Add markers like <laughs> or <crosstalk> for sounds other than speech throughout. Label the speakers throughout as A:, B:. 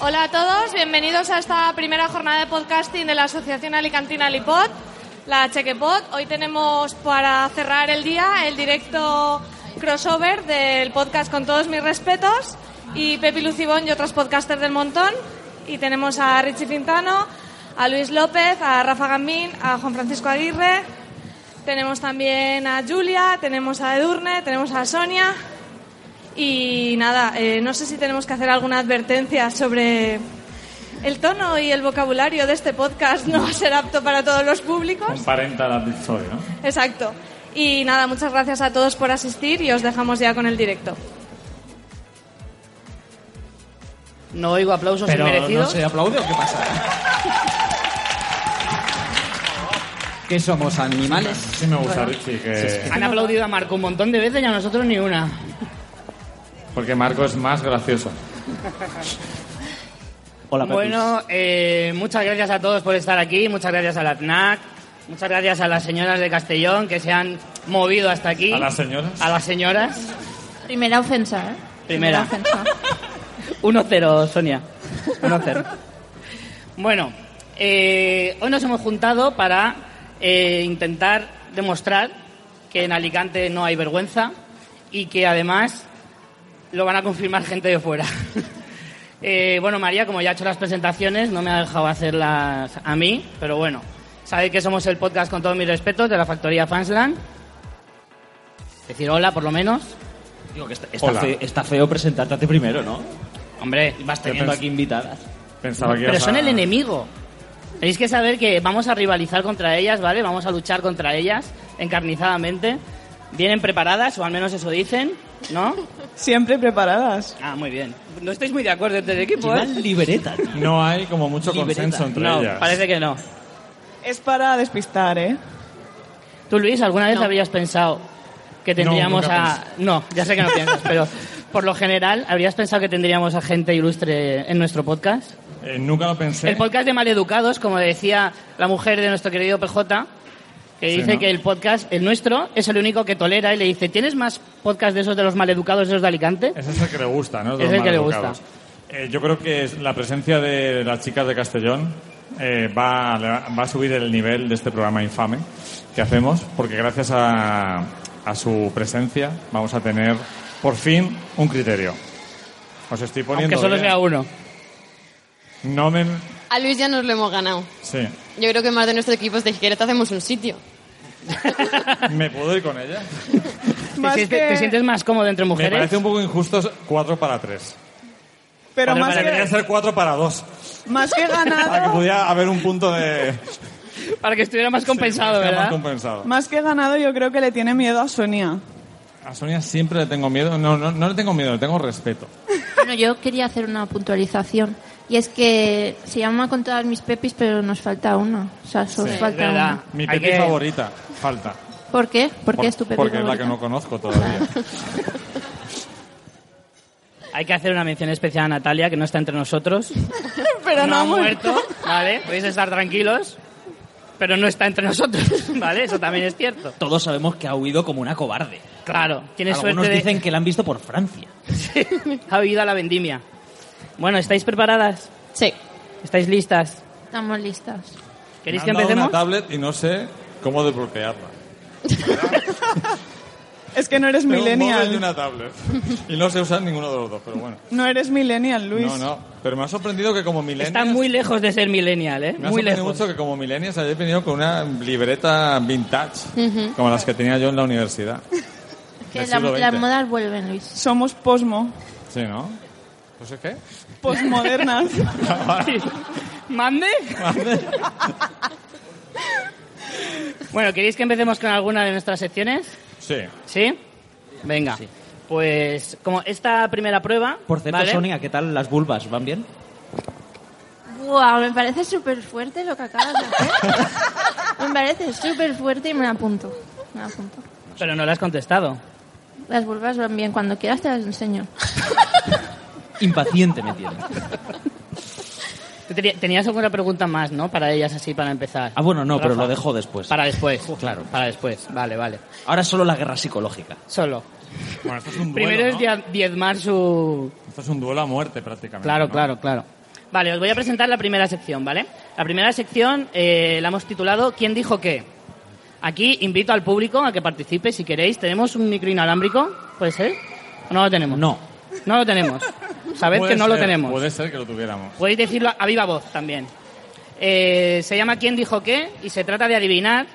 A: Hola a todos, bienvenidos a esta primera jornada de podcasting de la Asociación Alicantina Lipod, la Chequepod. Hoy tenemos para cerrar el día el directo crossover del podcast con todos mis respetos y Pepi Lucibón y otros podcasters del montón. Y tenemos a Richie Fintano, a Luis López, a Rafa Gambín, a Juan Francisco Aguirre, tenemos también a Julia, tenemos a Edurne, tenemos a Sonia. Y nada, eh, no sé si tenemos que hacer alguna advertencia sobre el tono y el vocabulario de este podcast. No <laughs> va a ser apto para todos los públicos.
B: Un parental advisory, ¿no?
A: Exacto. Y nada, muchas gracias a todos por asistir y os dejamos ya con el directo.
C: No oigo aplausos
D: Pero no
C: inmerecidos.
D: se aplaude o qué pasa. ¿Qué somos, animales?
B: Sí me gusta, Richie, que...
C: Han aplaudido a Marco un montón de veces y a nosotros ni una.
B: porque Marco es más gracioso.
E: Hola, Pepis.
C: Bueno, eh, muchas gracias a todos por estar aquí, muchas gracias a la FNAC, muchas gracias a las señoras de Castellón que se han movido hasta aquí.
B: ¿A las señoras?
C: A las señoras.
F: Primera ofensa, ¿eh?
C: Primera.
F: ofensa.
C: <laughs> 1-0, Sonia. 1-0. bueno, eh, hoy nos hemos juntado para eh, intentar demostrar que en Alicante no hay vergüenza y que además lo van a confirmar gente de fuera. <laughs> Eh, bueno, María, como ya ha hecho las presentaciones, no me ha dejado hacerlas a mí, pero bueno, sabéis que somos el podcast con todos mis respetos de la factoría Fansland. Decir hola, por lo menos.
E: Digo que está, está
B: Hola.
E: fe- está feo presentarte a ti primero, ¿no?
C: Hombre,
E: Vas teniendo
B: pens-
E: aquí invitadas.
B: Pensaba que
C: Pero
B: ibas
C: son
B: a-
C: el enemigo. Tenéis que saber que vamos a rivalizar contra ellas, ¿vale? Vamos a luchar contra ellas encarnizadamente. Vienen preparadas, o al menos eso dicen, ¿no?
G: Siempre preparadas.
C: <laughs> Ah, muy bien. No estáis muy de acuerdo entre el equipo, ¿eh?
E: Llevan libereta, tío.
B: No hay como mucho
E: Libertad.
B: consenso entre
C: No,
B: ellas.
C: parece que no.
G: Es para despistar, ¿eh?
C: ¿Tú, Luis, alguna vez habrías pensado que tendríamos
B: nunca
C: a... No, ya sé que no piensas, pero por lo general, ¿habrías pensado que tendríamos a gente ilustre en nuestro podcast?
B: Eh, nunca lo pensé.
C: El podcast de Maleducados, como decía la mujer de nuestro querido PJ, que
B: Sí,
C: dice
B: ¿no?
C: que el podcast, el nuestro, es el único que tolera y le dice, ¿tienes más podcast de esos de los maleducados, esos de Alicante?
B: Ese es el que le gusta, ¿no? Los
C: Es el que le
B: maleducados. Eh, yo creo que es- la presencia de las chicas de Castellón eh, va, a, va a subir el nivel de este programa infame que hacemos, porque gracias a, a su presencia vamos a tener por fin un criterio. Os estoy poniendo.
C: Aunque solo
B: bien.
C: sea uno.
B: No me.
H: A Luis ya nos lo hemos ganado.
B: Sí.
H: Yo creo que más de nuestro equipo es de izquierda hacemos un sitio.
B: ¿Me puedo ir con ella?
C: ¿Te,
G: Más
C: sientes-
G: que-
C: te sientes más cómodo entre
B: Me
C: mujeres?
B: parece un poco injusto 4 para 3.
G: Pero
C: Madre
G: más
C: mía,
B: Debería
G: que,
B: ser 4 para 2.
G: más que
B: <laughs> Para que
G: ganado,
B: pudiera haber un punto
C: <laughs>
B: de.
C: Para que estuviera más compensado,
B: Sí, más
C: ¿verdad?
B: compensado.
G: más que ganado, yo creo que le tiene miedo a Sonia.
B: A Sonia siempre le tengo miedo. No, no, no le tengo miedo, le tengo respeto.
F: Bueno, yo quería hacer una puntualización. Y es que se llama con todas mis pepis, pero nos falta una. O sea, solo
B: Sí,
F: falta
C: verdad.
F: una.
B: Mi
C: Hay
B: pepi
C: que-
B: favorita. Falta.
F: ¿Por qué? ¿Por,
B: Por-
F: qué es tu pepi
B: Porque es la
F: favorita?
B: que no conozco todavía.
C: Hay que hacer una mención especial a Natalia, que no está entre nosotros.
G: <laughs> Pero
C: no
G: no,
C: ha
G: muy-
C: muerto, ¿vale? Podéis estar tranquilos, pero no está entre nosotros, <laughs> ¿vale? Eso también es cierto.
E: Todos sabemos que ha huido como una cobarde.
C: Claro, tienes
E: Algunos
C: suerte de...
E: dicen que la han visto por Francia.
C: ha vivido a la vendimia. Bueno, ¿estáis preparadas?
H: Sí.
C: ¿Estáis listas?
F: Estamos listas.
C: <laughs> ¿Queréis
B: Me
C: que
B: han dado
C: empecemos?
B: una tablet y no sé cómo desbloquearla.
G: Es que no eres
B: Tengo un móvil y
G: millennial.
B: una tablet. <laughs> Y no sé usar ninguno de los dos, pero bueno.
G: No eres millennial, Luis.
B: No, no. Pero me ha sorprendido que como millennials...
C: Está muy lejos de ser millennial, ¿eh?
B: Me ha
C: muy
B: sorprendido
C: lejos.
B: mucho que como millennials hayáis venido con una libreta vintage, como las que tenía yo en la universidad.
F: Que
B: Del
F: la-
B: siglo
F: las
B: XX.
F: modas vuelven, Luis.
G: Somos posmo.
B: Sí, ¿no? Pues es que... <laughs>
G: Posmodernas.
C: <laughs> ¿Mande? <laughs> bueno, ¿queréis que empecemos con alguna de nuestras secciones?
B: Sí.
C: ¿Sí? Venga. Pues como esta primera prueba...
E: Por cierto,
C: ¿vale?
E: Sonia, ¿qué tal las vulvas? ¿Van bien?
F: Buah, me parece súper fuerte lo que acabas de <laughs> hacer. me parece súper fuerte y me la apunto. Me la apunto.
C: Pero no la has contestado.
F: Las vulvas van bien, cuando quieras te las enseño.
E: Impaciente me tiene.
C: Tú teni- Tenías alguna pregunta más, ¿no? Para ellas así, para empezar.
E: Ah, bueno, no, pero
C: Rafa.
E: lo dejo después.
C: Para después, claro, para después. Vale, vale.
E: Ahora solo la guerra psicológica.
C: Solo.
B: Bueno, esto es un duelo,
C: Primero es
B: ¿no?
C: dia- diezmar su,
B: Esto es un duelo a muerte prácticamente.
C: Claro,
B: ¿no?
C: claro, claro. Vale, os voy a presentar la primera sección, ¿vale? La primera sección eh, la hemos titulado ¿Quién dijo qué? Aquí invito al público a que participe si queréis. ¿Tenemos un micro inalámbrico? ¿Puede ser? ¿O no lo tenemos?
E: No.
C: No lo tenemos. Sabed
B: Puede
C: que no lo
B: ser,
C: tenemos.
B: Puede ser que lo tuviéramos.
C: Podéis decirlo a viva voz también. Eh, se llama ¿Quién dijo qué? y se trata de adivinar.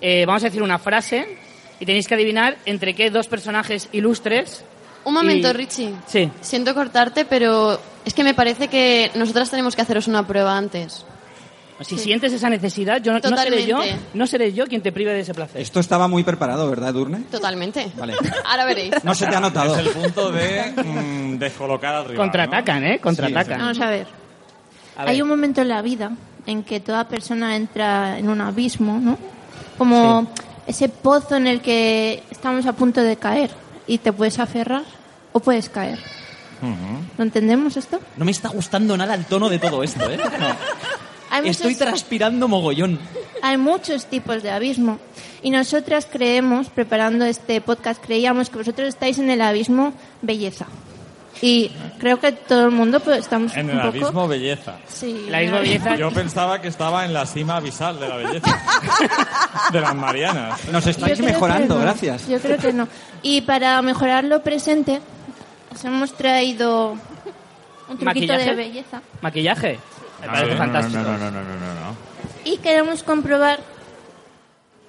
C: eh, vamos a decir una frase y tenéis que adivinar entre qué dos personajes ilustres.
H: Un momento,
C: Y-
H: Richie.
C: Sí.
H: Siento cortarte, pero es que me parece que nosotras tenemos que haceros una prueba antes.
C: Si sientes esa necesidad, yo no, no seré
H: Totalmente.
C: yo, no seré yo quien te prive de ese placer.
I: Esto estaba muy preparado, ¿verdad, Durne?
H: Totalmente.
I: Vale.
H: <laughs> Ahora veréis.
I: No se te ha notado.
B: Es el punto de mm, descolocar al rival. ¿no?
C: Contraatacan, ¿eh? Contraatacan.
F: Vamos a ver.
C: A ver.
F: Hay un momento en la vida en que toda persona entra en un abismo, ¿no? Como ese pozo en el que estamos a punto de caer y te puedes aferrar o puedes caer. ¿Lo entendemos esto?
E: No me está gustando nada el tono de todo esto, ¿eh?
F: Hay
E: Estoy
F: muchos-
E: transpirando mogollón.
F: Hay muchos tipos de abismo. Y nosotras creemos, preparando este podcast, creíamos que vosotros estáis en el abismo belleza. Y creo que todo el mundo pues, estamos
B: En
F: un
B: el
F: poco...
B: abismo belleza.
F: Ah, Sí,
C: La misma belleza.
B: Yo pensaba que estaba en la cima abisal de la
C: <laughs>
B: belleza. de las Marianas.
I: Nos
F: Yo
I: estáis
F: creo que
I: mejorando,
F: no.
I: gracias.
F: Yo creo que no. Y para mejorar lo presente, os hemos traído un truquito
C: ¿Maquillaje?
F: de belleza.
C: Maquillaje. Me
B: Ah, No,
C: parece
B: no,
C: fantástico.
B: No, no, no, no, no, no, no.
F: Y queremos comprobar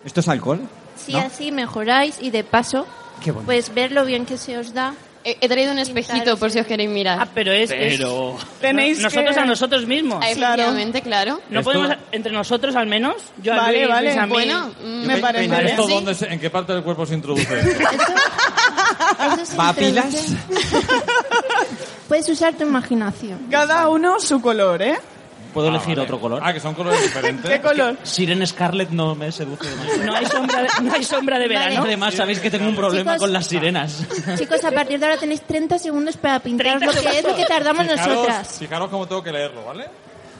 I: ¿Esto es alcohol?
F: si así mejoráis y de paso,
I: Qué bonito.
F: pues ver lo bien que se os da.
H: He, he traído un espejito por si os queréis
C: Ah,
H: mirar.
C: pero es. es-
E: Pero...
G: Tenéis
C: nosotros
G: que-
C: a nosotros mismos.
H: Ah,
G: claro.
H: Efectivamente, claro.
C: No
B: Esto-
C: podemos, entre nosotros al menos. Yo a
G: Vale,
C: Luis,
G: vale.
C: Luis a mí.
H: Bueno, mm,
G: Me parece
I: Peinar
G: bien.
B: ¿Esto
H: Sí.
B: dónde se- ¿En qué parte del cuerpo se introduce? esto?
I: <laughs>
F: Eso se
I: ¿Papilas?
F: introduce- <laughs> Puedes usar
I: <laughs>
F: tu imaginación.
G: Cada uno su color, ¿eh?
E: ¿Puedo
B: Ah,
E: elegir
B: vale.
E: otro color?
B: Ah, que son colores
C: <laughs>
B: diferentes.
G: ¿Qué color?
E: Siren Scarlet no me seduce demasiado.
C: No hay sombra de, no hay sombra de verano.
E: Además, sabéis que tengo un problema
F: Chicos-
E: con las sirenas.
F: Chicos, a partir de ahora tenéis 30 segundos para pintaros lo que es lo que tardamos
B: Fijaros,
F: nosotras.
B: fijaros cómo tengo que leerlo, ¿vale?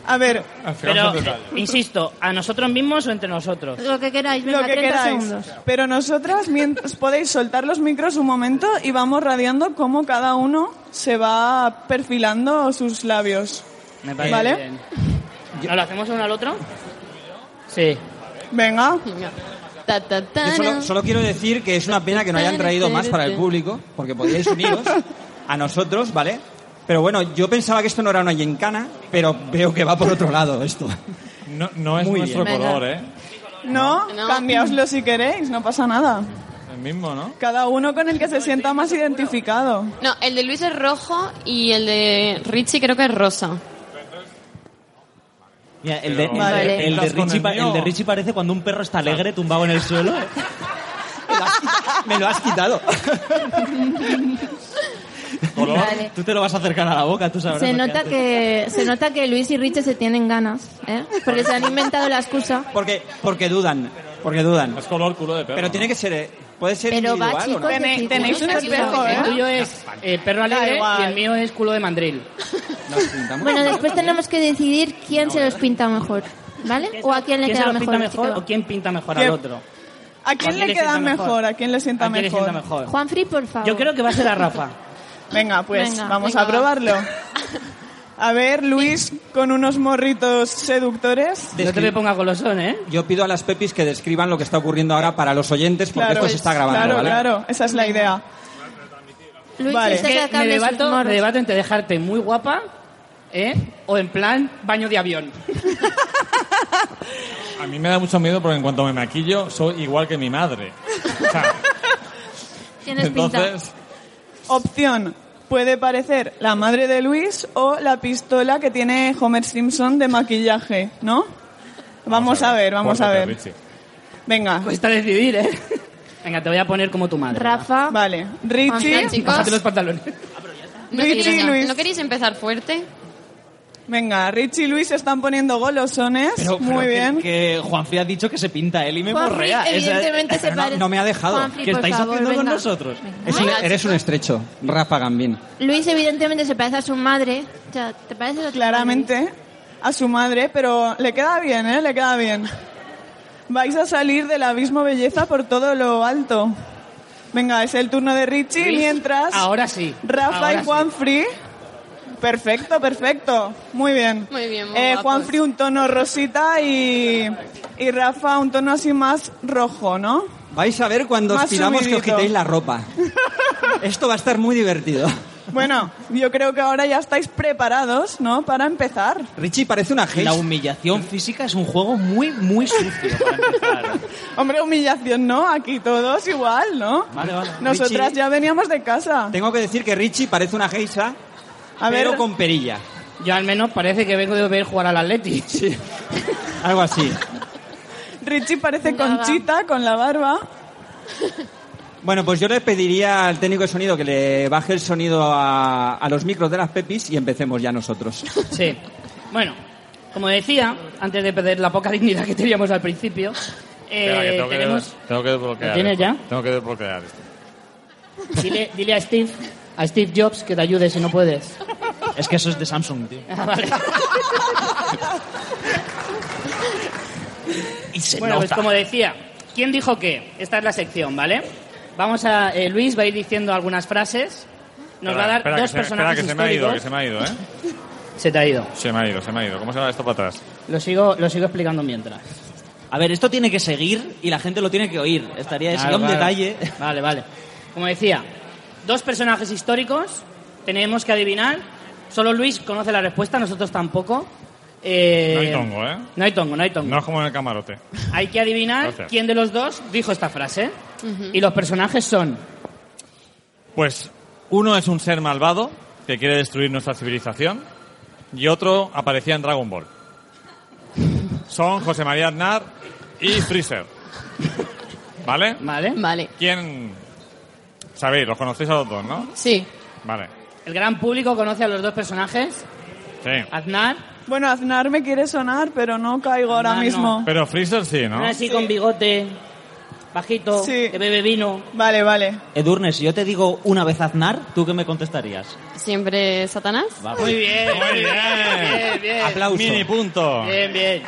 G: A ver,
B: Al final
C: Pero,
B: son detalles.
C: insisto, ¿a nosotros mismos o entre nosotros?
F: Lo que queráis, venga,
G: lo que
F: 30
G: queráis.
F: segundos.
G: Pero nosotras, mientras podéis soltar los micros un momento y vamos radiando cómo cada uno se va perfilando sus labios.
C: Me parece
G: Vale.
C: bien. ¿No lo hacemos uno al otro? Sí.
G: Venga.
H: Venga. Ta, ta,
E: <laughs>
H: ta,
I: Yo solo,
H: na.
I: solo quiero decir que es una pena que no hayan traído más para el público, porque podíais uniros a nosotros, ¿vale? Pero bueno, yo pensaba que esto no era una yencana, pero veo que va por otro lado esto.
B: No, no es
I: Muy
B: nuestro
F: bien.
B: color, ¿eh?
G: No,
H: No.
G: cambiaoslo si queréis, no pasa nada.
B: El mismo, ¿no?
G: Cada uno con el que se sienta más identificado.
H: No, el de Luis es rojo y el de Richie creo que es rosa.
E: Mira, el de, el de-
F: Vale.
E: el de
B: Pintas con
E: Richie,
B: el
E: pa-
B: mío.
E: el de Richie parece cuando un perro está alegre tumbado en el suelo. ¿eh?
I: Me lo has, <laughs> me lo has quitado.
B: Color.
F: Vale.
E: Tú te lo vas a acercar a la boca, tú sabrás.
F: Se
E: lo que
F: nota
E: haces.
F: que se nota que Luis y Richie se tienen ganas, ¿eh? Porque se han inventado la excusa.
I: Porque, porque dudan, porque dudan.
E: Pues,
B: Es color culo de perro.
I: Pero tiene que ser, eh, puede ser
F: Pero va,
I: individual o no.
F: chicos,
G: Tenéis-
F: decid-
G: tenéis un espejo,
C: El
G: ¿eh?
C: tuyo es eh, perro
G: Da
C: alegre
G: igual.
C: y el mío es culo de mandril.
I: Nos
G: ¿eh?
I: pintamos.
F: Bueno, después tenemos que decidir quién se los pinta mejor, ¿vale? O a quién le queda
C: se lo
F: mejor.
C: pinta
F: el
C: mejor
F: chico.
C: o quién pinta mejor
G: ¿Quién-
C: al otro?
G: ¿A quién le
C: sienta
G: queda mejor? ¿A quién le sienta
C: ¿A quién le
G: mejor?
C: sienta mejor?
F: Juanfri, por
G: <laughs>
F: favor.
C: Yo creo que va a ser a Rafa.
G: Venga, pues
F: Venga,
G: vamos
F: <laughs> venga,
G: a probarlo. A ver, Luis, con unos morritos seductores.
C: No te me pongas golosón, ¿eh?
E: Yo pido a las pepis que describan lo que está ocurriendo ahora para los oyentes, porque
G: Claro,
E: esto se está grabando,
G: claro,
E: ¿vale?
G: claro, esa es la idea.
F: Luis,
G: Vale.
F: estás
C: Que
F: acá
C: me
F: de sus
C: debato,
F: morros.
C: me debato entre dejarte muy guapa, ¿eh? O en plan baño de avión.
B: A mí me da mucho miedo porque en cuanto me maquillo soy igual que mi madre. O
C: <laughs>
B: sea,
F: Tienes pinta.
B: entonces,
G: Opción, puede parecer la madre de Luis o la pistola que tiene Homer Simpson de maquillaje, ¿no? Vamos, a ver, vamos a
B: córtate,
G: ver.
C: Eh,
B: Richie.
G: Venga,
H: Pues
C: Cuesta decidir,
F: <laughs>
C: ¿eh? Venga, te voy a poner como tu madre.
F: Rafa,
G: vale.
H: Venga,
G: Richie,
H: chicos.
C: Bájate los pantalones.
H: ¿No
G: Luis,
H: queréis,
G: sí, Luis.
H: ¿No queréis empezar fuerte?
G: venga, Richie y Luis se están poniendo golosones.
J: Pero- pero
G: Muy
J: que-
G: bien.
J: Que, Juanfe ha dicho que se pinta él y me
F: Juanfrey,
J: borrea. Esa- <laughs>
F: evidentemente se
E: pero no-
F: parece.
E: no me ha dejado.
F: Juanfrey,
J: ¿Qué
F: por
J: estáis
F: favor,
J: haciendo con
F: venga.
J: nosotros?
E: Es un- eres un estrecho, Rafa Gambín.
F: Luis evidentemente se parece a su madre. O sea, ¿te parece a tu madre?
G: claramente a su madre, pero le queda bien, ¿eh? Le queda bien. Vais a salir del abismo belleza por todo lo alto. Venga, es el turno de Richie mientras
C: Ahora sí.
G: Rafa
C: ahora
G: y
C: sí.
G: Juan Free. Perfecto, perfecto. Muy bien.
H: Muy bien, muy
G: eh,
H: guapos.
G: Juan Free un tono rosita y, y Rafa un tono así más rojo, ¿no?
E: Vais a ver cuando os
G: Más
E: pidamos que
G: subidito.
E: os quitéis la ropa.
G: <laughs>
E: Esto va a estar muy divertido.
G: Bueno, yo creo que ahora ya estáis preparados, ¿no? Para empezar.
E: Richie parece una
J: La
E: gesta.
J: humillación física es un juego muy, muy sucio. para empezar.
G: Hombre, humillación, ¿no? Aquí todos igual, ¿no?
J: Vale, vale.
G: Nosotras
E: Richie-
G: ya veníamos de casa.
E: Tengo que decir que Richie parece una geisa,
G: A
E: pero
G: ver,
E: con perilla.
C: Yo al menos parece que vengo de ver jugar al Atleti.
F: <laughs>
E: Algo así.
G: Richie parece
F: Nada.
G: conchita con la barba.
E: Bueno, pues yo le pediría al técnico de sonido que le baje el sonido a, a los micros de las pepis y empecemos ya nosotros.
C: Sí. Bueno, como decía, antes de perder la poca dignidad que teníamos al principio, eh,
B: espera, que tengo, que,
C: tenemos...
B: tengo que desbloquear.
C: ¿Lo tienes
B: esto.
C: ya?
B: Tengo que desbloquear esto.
C: Dile, dile a Steve, a Steve Jobs que te ayude si
J: <laughs>
C: no puedes.
J: Es que eso es de Samsung, tío.
C: Ah, vale.
J: Y se
C: Bueno, pues
J: nota.
C: como decía, ¿quién dijo qué? Esta es la sección, ¿vale? Vamos a... eh, Luis va a ir diciendo algunas frases. Nos
B: Espera,
C: va a dar
B: espera,
C: dos
B: que se-
C: personajes
B: Espera, que se me ha ido, que
C: históricos.
B: se me ha ido, ¿eh?
C: Se te ha ido.
B: Se me ha ido, se me ha ido. ¿Cómo se va esto para atrás?
C: Lo sigo, lo sigo explicando mientras.
J: A ver, esto tiene que seguir y la gente lo tiene que oír. Estaría sería
C: Claro,
J: un
C: claro.
J: detalle.
C: Vale, vale. Como decía, dos personajes históricos tenemos que adivinar. Solo Luis conoce la respuesta, nosotros tampoco. Eh,
B: No hay tongo, ¿eh?
C: No hay tongo, no hay tongo.
B: No es como en el camarote.
C: Hay que adivinar
B: Gracias.
C: quién de los dos dijo esta frase. Y los personajes son
B: Pues uno es un ser malvado que quiere destruir nuestra civilización y otro aparecía en Dragon Ball. Son José María Aznar y Freezer. ¿Vale?
C: ¿Vale?
H: Vale.
B: ¿Quién? Sabéis, los conocéis a los dos, ¿no?
H: Sí.
B: Vale.
C: El gran público conoce a los dos personajes.
B: Sí.
C: Aznar,
G: Bueno, Aznar me quiere sonar, pero no caigo ahora
C: Aznar no.
G: mismo.
B: Pero Freezer sí, ¿no?
C: un así con bigote, bajito,
G: Sí.
C: que bebe vino.
G: Vale, vale.
J: Edurne, si yo te digo una vez Aznar, ¿tú qué me contestarías?
H: ¿Siempre Satanás?
J: Va,
E: pues,
C: Muy bien,
B: Muy
C: bien,
B: bien.
C: bien.
E: Aplauso.
B: Mini punto.
C: Bien, bien.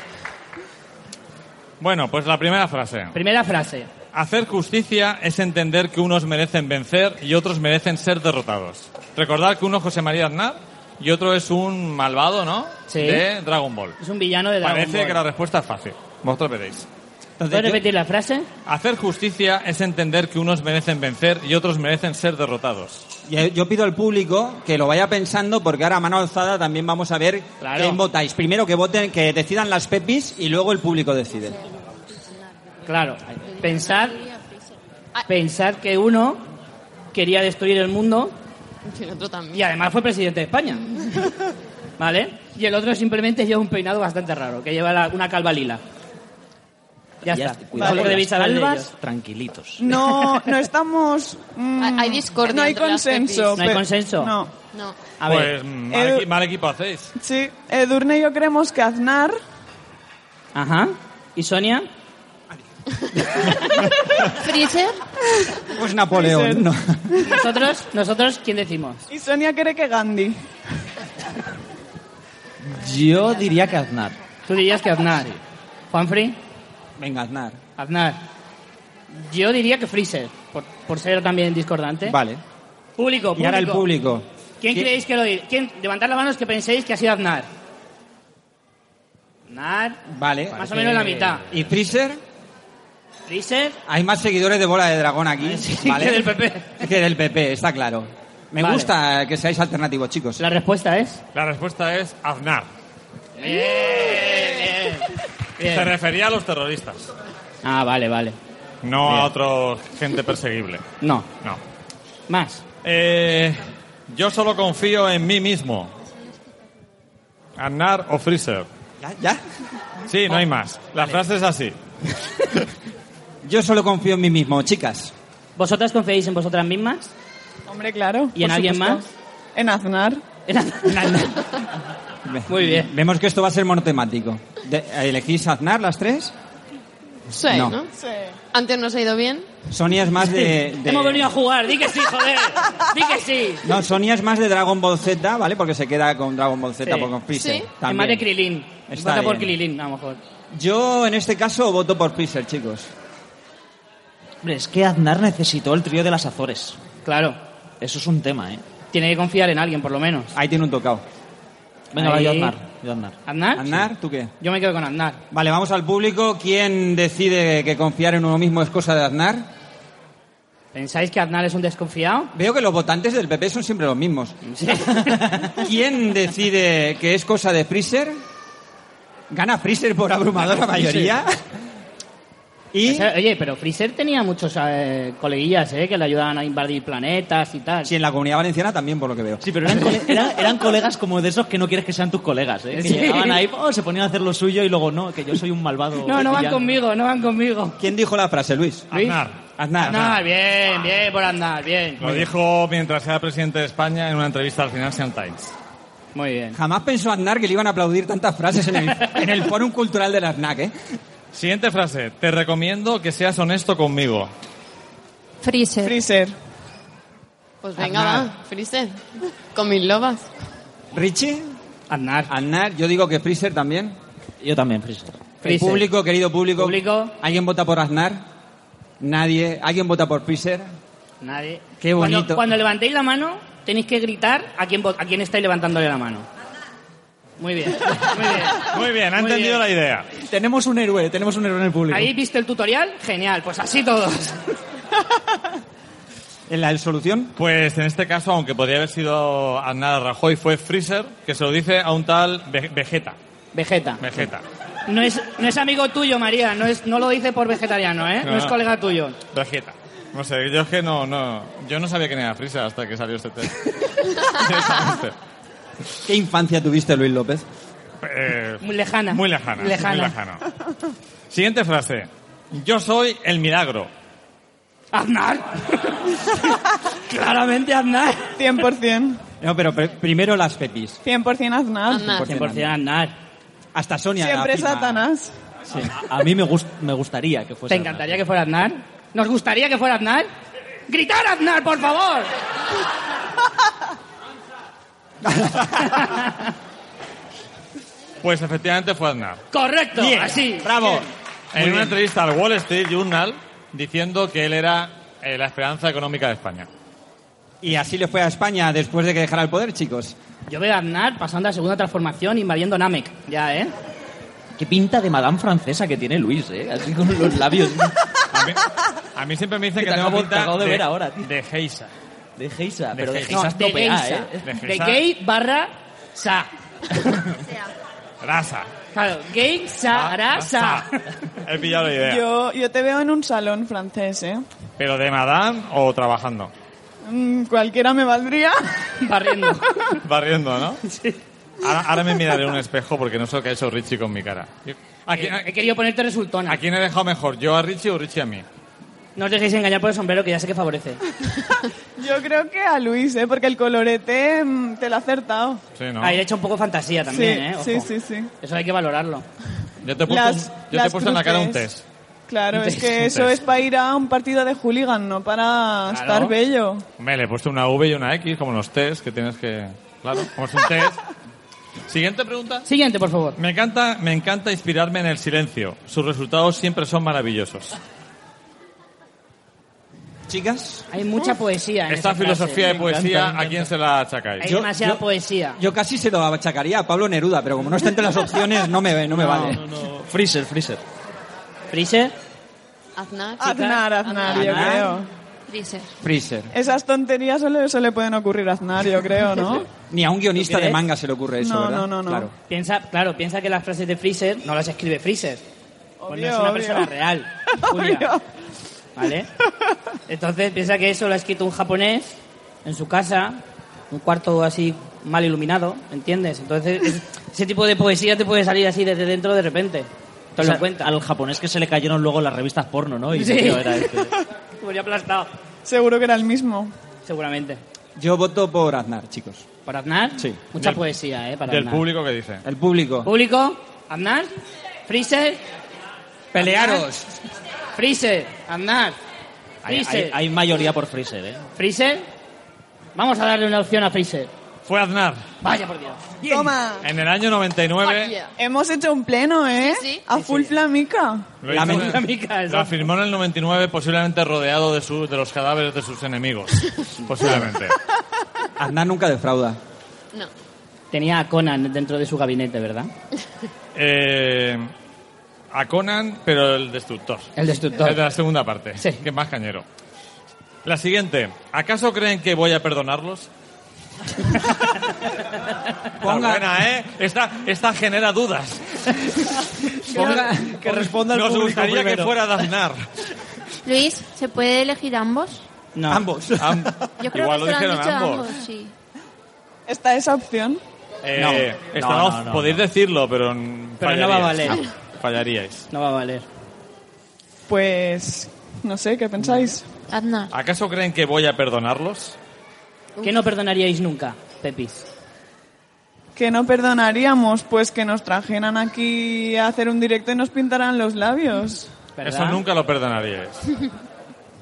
B: Bueno, pues la primera frase.
C: Primera frase.
B: Hacer justicia es entender que unos merecen vencer y otros merecen ser derrotados. Recordad que uno es José María Aznar y otro es un malvado, ¿no?
C: Sí.
B: De Dragon Ball.
C: Es un villano de Dragon
B: Parece
C: Ball.
B: que la respuesta es fácil. Vosotros veréis.
E: Entonces,
C: ¿Puedes
E: yo-
C: repetir la frase?
B: Hacer justicia es entender que unos merecen vencer y otros merecen ser derrotados.
E: yo, yo pido al público que lo vaya pensando porque ahora a mano alzada también vamos a ver
C: Claro.
E: quién votáis. Primero que voten, que decidan las pepis y luego el público decide.
C: Claro. Pensar, pensar que uno quería destruir el mundo
H: Y el otro también.
C: y además fue presidente de España. ¿Vale? Y el otro simplemente lleva un peinado bastante raro, que lleva la- una calva lila. Ya,
J: Ya
C: está.
J: está, cuidado
C: Solo
J: con
C: debéis
J: las
C: saber de
J: calvas,
C: ellos.
J: tranquilitos.
G: No, no estamos. mm,
H: Hay- hay discordia
G: No hay
H: entre las
G: consenso.
H: pepis.
C: ¿No hay
G: pe-
C: consenso?
G: No.
H: No.
C: A ver,
B: Pues mm, mal,
G: Edu-
B: equi- mal equipo hacéis.
G: Sí, Edurne y yo creemos que Aznar.
C: ajá. ¿Y Sonia?
F: Freezer,
E: Pues Napoleón, ¿no?
C: ¿Nosotros? ¿Nosotros quién decimos?
G: Y Sonia cree que Gandhi.
J: Yo diría que Aznar.
C: Tú dirías que Aznar. Juanfrey,
E: Venga, Aznar.
C: Aznar. Yo diría que Freezer, por, por ser también discordante.
E: Vale.
C: ¿Eh? Público, público.
E: Y ahora el público.
C: ¿Quién
E: ¿Quién?
C: creéis que lo diga? ¿Quién? Levantad las manos que penséis que ha sido Aznar. Aznar,
E: Vale.
C: más o menos la mitad.
E: ¿Y Freezer?
C: Freezer,
E: Hay más seguidores de Bola de
C: <laughs>
E: Dragón aquí, ¿vale?
C: que del PP.
E: Que del PP, está claro. Me
C: Vale.
E: gusta que seáis alternativos, chicos.
C: La respuesta es.
B: La respuesta es Aznar.
C: Bien, bien,
B: Se
C: bien.
B: refería a los terroristas,
C: Ah, vale, vale.
B: no
C: Bien.
B: a otra gente perseguible.
C: No,
B: No.
C: más.
B: Eh, yo solo confío en mí mismo. Aznar o Freezer.
E: ¿Ya? ¿Ya?
B: Sí, no hay más. La frase es así.
E: Yo solo confío en mí mismo, chicas.
C: ¿Vosotras confiáis en vosotras mismas? <laughs>
G: Hombre, claro.
C: ¿Y en
G: por
C: alguien
G: supuesto.
C: más?
G: En Aznar.
E: <laughs>
C: En Aznar. Muy bien.
E: Vemos que esto va a ser monotemático. De- ¿Elegís Aznar las tres?
H: Sí,
E: No.
H: no.
G: Sí.
H: Antes nos ha ido bien.
E: Sonia es más de... de-
C: Hemos venido a jugar, di que sí, joder. Di que sí.
E: No, Sonia es más de Dragon Ball Z, ¿vale? Porque se queda con Dragon Ball Z
C: Sí.
E: por con Freezer.
H: Sí.
C: Es
E: también.
C: más de Krilin.
E: Está
C: Vota por
E: bien.
C: Krilin, a lo mejor.
E: Yo en este caso voto por Freezer, chicos.
K: Hombre, es que Aznar necesitó el trío de las Azores.
C: Claro.
K: Eso es un tema, ¿eh?
C: Tiene que confiar en alguien, por lo menos.
E: Ahí tiene un tocado.
K: Venga, va,
C: Ahí.
K: yo Aznar. Yo Aznar.
C: ¿Aznar?
E: Aznar, ¿tú qué?
C: Yo me quedo con Aznar.
E: Vale, vamos al público. ¿Quién decide que confiar en uno mismo es cosa de Aznar?
C: ¿Pensáis que Aznar es un desconfiado?
E: Veo que los votantes del PP son siempre los mismos. ¿Quién decide que es cosa de Freezer? Gana Freezer por
K: <laughs>
E: abrumadora mayoría. <laughs> Y
C: O sea, Oye, pero Freezer tenía muchos eh, coleguillas, ¿eh? Que le ayudaban a invadir planetas y tal.
E: sí, en la comunidad valenciana también, por lo que veo.
K: Sí, pero eran, cole- era- eran colegas como de esos que no quieres que sean tus colegas, ¿eh? Que
C: Sí.
K: llegaban ahí, oh, se ponían a hacer lo suyo y luego, no, que yo soy un malvado.
C: No, no van
K: villano".
C: conmigo, no van conmigo.
E: ¿Quién dijo la frase, Luis?
C: ¿Luis?
B: Aznar.
E: Aznar.
C: Aznar, bien, bien por Aznar, bien.
B: Lo dijo mientras era presidente de España en una entrevista al Financial Times.
C: Muy bien.
E: Jamás pensó Aznar que le iban a aplaudir tantas frases en el,
K: <laughs>
E: en el Fórum Cultural de la FNAC, ¿eh?
B: Siguiente frase. Te recomiendo que seas honesto conmigo.
L: Freezer.
G: Freezer.
H: Pues venga,
E: Aznar.
H: va, Freezer. Con mis lobas.
E: Richie,
C: Aznar.
E: Aznar, yo digo que Freezer también.
K: Yo también, Freezer.
E: El
C: Freezer.
E: público, querido público.
C: Público.
E: ¿Alguien vota por Aznar? Nadie. ¿Alguien vota por Freezer?
C: Nadie.
E: Qué
C: Cuando-
E: bonito.
C: Cuando, levantéis la mano, tenéis que gritar a quién, vo- a quién estáis levantándole la mano. Muy bien, muy bien.
B: Muy bien, ha
C: Muy
B: entendido
C: bien.
B: la idea.
K: Tenemos un héroe, tenemos un héroe en el público.
C: ¿Habéis visto el tutorial? Genial, pues así todos.
E: ¿En la solución?
B: Pues en este caso, aunque podría haber sido Aznar o Rajoy, fue Freezer, que se lo dice a un tal Ve- Vegeta.
C: Vegeta.
B: Vegeta.
C: No es, no es amigo tuyo, María, no, es, no lo dice por vegetariano, ¿eh? No es
B: No.
C: colega tuyo.
B: Vegeta. No sé, yo es que no, no. Yo no sabía quién era Freezer hasta que salió este test.
E: ¿Qué infancia tuviste, Luis López?
B: Eh,
C: Muy lejana.
B: Muy lejana.
C: Lejana.
B: muy lejano. Siguiente frase. Yo soy el milagro.
C: Aznar. <laughs> Claramente Aznar.
G: 100%.
E: No, pero pre- primero las pepis.
G: 100% Aznar.
M: Ah,
H: Aznar.
C: 100% Aznar.
E: Hasta Sonia.
G: Siempre
E: afirma.
G: Satanás.
K: Sí. A mí me, gust- me gustaría
E: Pues
K: que fuese.
C: ¿Te encantaría que fuera Aznar? ¿Nos gustaría que fuera Aznar? ¡Gritar Aznar, por favor!
B: Pues efectivamente fue Aznar.
C: Correcto,
E: Bien,
C: así.
E: Bravo.
B: En una entrevista al Wall Street Journal diciendo que él era eh, la esperanza económica de España.
E: Y así le fue a España después de que dejara el poder, chicos.
C: Yo veo a Aznar pasando a segunda transformación invadiendo Namek. Ya, ¿eh?
K: Qué pinta de madame francesa que tiene Luis, ¿eh? Así con los labios
B: A mí, a mí siempre me dicen
K: Que
B: que,
K: te
B: tengo
K: acabo- te
B: pinta
K: acabo de ver ahora, tío.
B: de Geisa.
K: de Geisa,
B: De
K: pero de
B: Geisa.
K: Geisa es
C: de
K: tope A,
C: geisha.
K: ¿eh?
B: De
C: De
B: geisha.
C: gay barra sa.
B: Rasa.
C: Claro, gay sa,
B: Ah,
C: ra, sa.
B: He pillado la
K: eh.
B: idea.
G: Yo, yo te veo en un salón francés, ¿eh?
B: ¿Pero de Madame o trabajando?
G: Mm, cualquiera me valdría.
C: <laughs> Barriendo.
B: Barriendo,
C: <laughs>
B: ¿no? Sí. Ahora, ahora me miraré en un espejo porque no sé lo que ha hecho Richie con mi cara. Yo- ¿A quién, a-
C: He querido ponerte resultona.
B: a quién he dejado mejor? ¿Yo a Richie o Richie a mí?
C: No os dejéis engañar por el sombrero, que ya sé que favorece.
G: Yo creo que a Luis, ¿eh? Porque el colorete mm, te lo ha acertado.
B: Sí, ¿no?
C: Ahí le he hecho un poco fantasía también, ¿eh? Ojo.
G: sí, sí, sí.
C: Eso hay que valorarlo.
B: Yo te he puesto,
G: Las-
B: un- yo te he
G: las
B: puesto en la cara un
G: cruces.
B: test.
G: Claro, es que eso
B: test.
G: es para ir a un partido de hooligan, no
C: Claro.
G: para estar bello.
B: Me le he puesto una V y una X, como en los test que tienes que... Claro, como es un
C: <laughs>
B: test. Siguiente pregunta.
C: Siguiente, por favor.
B: Me encanta, me encanta inspirarme en el silencio. Sus resultados siempre son maravillosos.
E: chicas.
C: Hay mucha poesía. En
B: Esta
C: esa frase.
B: filosofía de
C: Me
B: poesía,
C: encanta.
B: ¿a quién se la
C: Hay
B: achacáis?
E: Yo-
C: demasiada
E: yo-
C: poesía.
E: Yo casi se lo achacaría a Pablo Neruda, pero como no está entre las opciones, no me, no me vale.
M: Freezer, Freezer.
C: Freezer.
H: Aznar.
G: Aznar, Aznar, yo
E: Aznar.
G: creo.
H: Freezer.
E: Freezer.
G: Esas tonterías solo se le pueden ocurrir a Aznar, yo
K: <laughs>
G: creo, ¿no?
E: Ni a un guionista de
M: ¿eh?
C: crees?
E: manga se le ocurre eso,
G: No,
E: ¿verdad?
G: no, no, no.
E: Claro.
C: Piensa, claro, piensa que las frases de Freezer no las escribe Freezer. Pues no
G: Obvio,
C: es una
G: obvio.
C: persona
G: <laughs>
C: real, Julia,
G: Obvio.
C: ¿vale? Entonces piensa que eso lo ha escrito un japonés en su casa, un cuarto así mal iluminado, ¿entiendes? Entonces es- ese tipo de poesía te puede salir así desde dentro de repente. Te
M: O
C: lo
M: sea,
C: cuenta.
M: Al japonés que se le cayeron luego las revistas porno, ¿no? Y
C: Sí.
M: tío, era este.
C: Murió aplastado,
G: Seguro que era el mismo.
C: seguramente.
E: Yo voto por Aznar, chicos.
C: ¿Para Aznar?
E: Sí.
C: Mucha
B: Del-
C: poesía, ¿eh? Para
B: Del
C: Aznar.
B: público que dice.
E: El público.
C: Público, Aznar, Freezer,
E: Pelearos.
C: Freezer, Aznar,
M: Hay,
C: Freezer.
M: hay- hay mayoría por Freezer, ¿eh?
C: Freezer. Vamos a darle una opción a Freezer.
B: Fue Aznar.
C: Vaya por Dios. Ah.
G: Toma.
B: En el año 99
G: Hemos hecho un pleno, ¿eh?
H: Sí, sí.
G: A full flamica.
B: lo,
E: La
B: hizo-
E: mentira
C: mica,
B: lo
C: exacto.
B: afirmó en el 99 posiblemente rodeado de, su- de los cadáveres de sus enemigos. Posiblemente.
E: Aznar nunca defrauda.
H: No.
C: Tenía a Conan dentro de su gabinete, ¿verdad?
B: Eh, a Conan, pero el destructor.
C: El destructor.
B: Es de la segunda parte.
C: Sí.
B: Que es más cañero. La siguiente. ¿Acaso creen que voy a perdonarlos? Está
E: Ponga-
B: buena, ¿eh? Esta, esta genera dudas.
E: Ponga-
M: Que responda
B: Nos gustaría que fuera Daznar.
F: Luis, ¿se puede elegir ambos?
C: No.
E: <laughs> Ambos.
F: Yo creo
B: Igual
F: que
B: lo
F: se lo han
B: dijeron
F: dicho
B: ambos.
F: ambos, sí.
G: ¿Está esa opción?
M: No.
B: Eh,
M: No,
B: estaba-
M: no, no,
B: podéis
M: no.
B: decirlo, pero... mm,
C: Pero no va a
B: fallaríais. Ah,
C: valer.
B: Fallaríais.
C: No va a valer.
G: Pues no sé, ¿qué pensáis?
F: Aznar.
B: ¿Acaso creen que voy a perdonarlos?
C: ¿Qué no perdonaríais nunca, Pepis?
G: Que no perdonaríamos, pues que nos trajeran aquí a hacer un directo y nos pintaran los labios.
C: ¿Verdad?
B: Eso nunca lo perdonaríais.
H: Mm.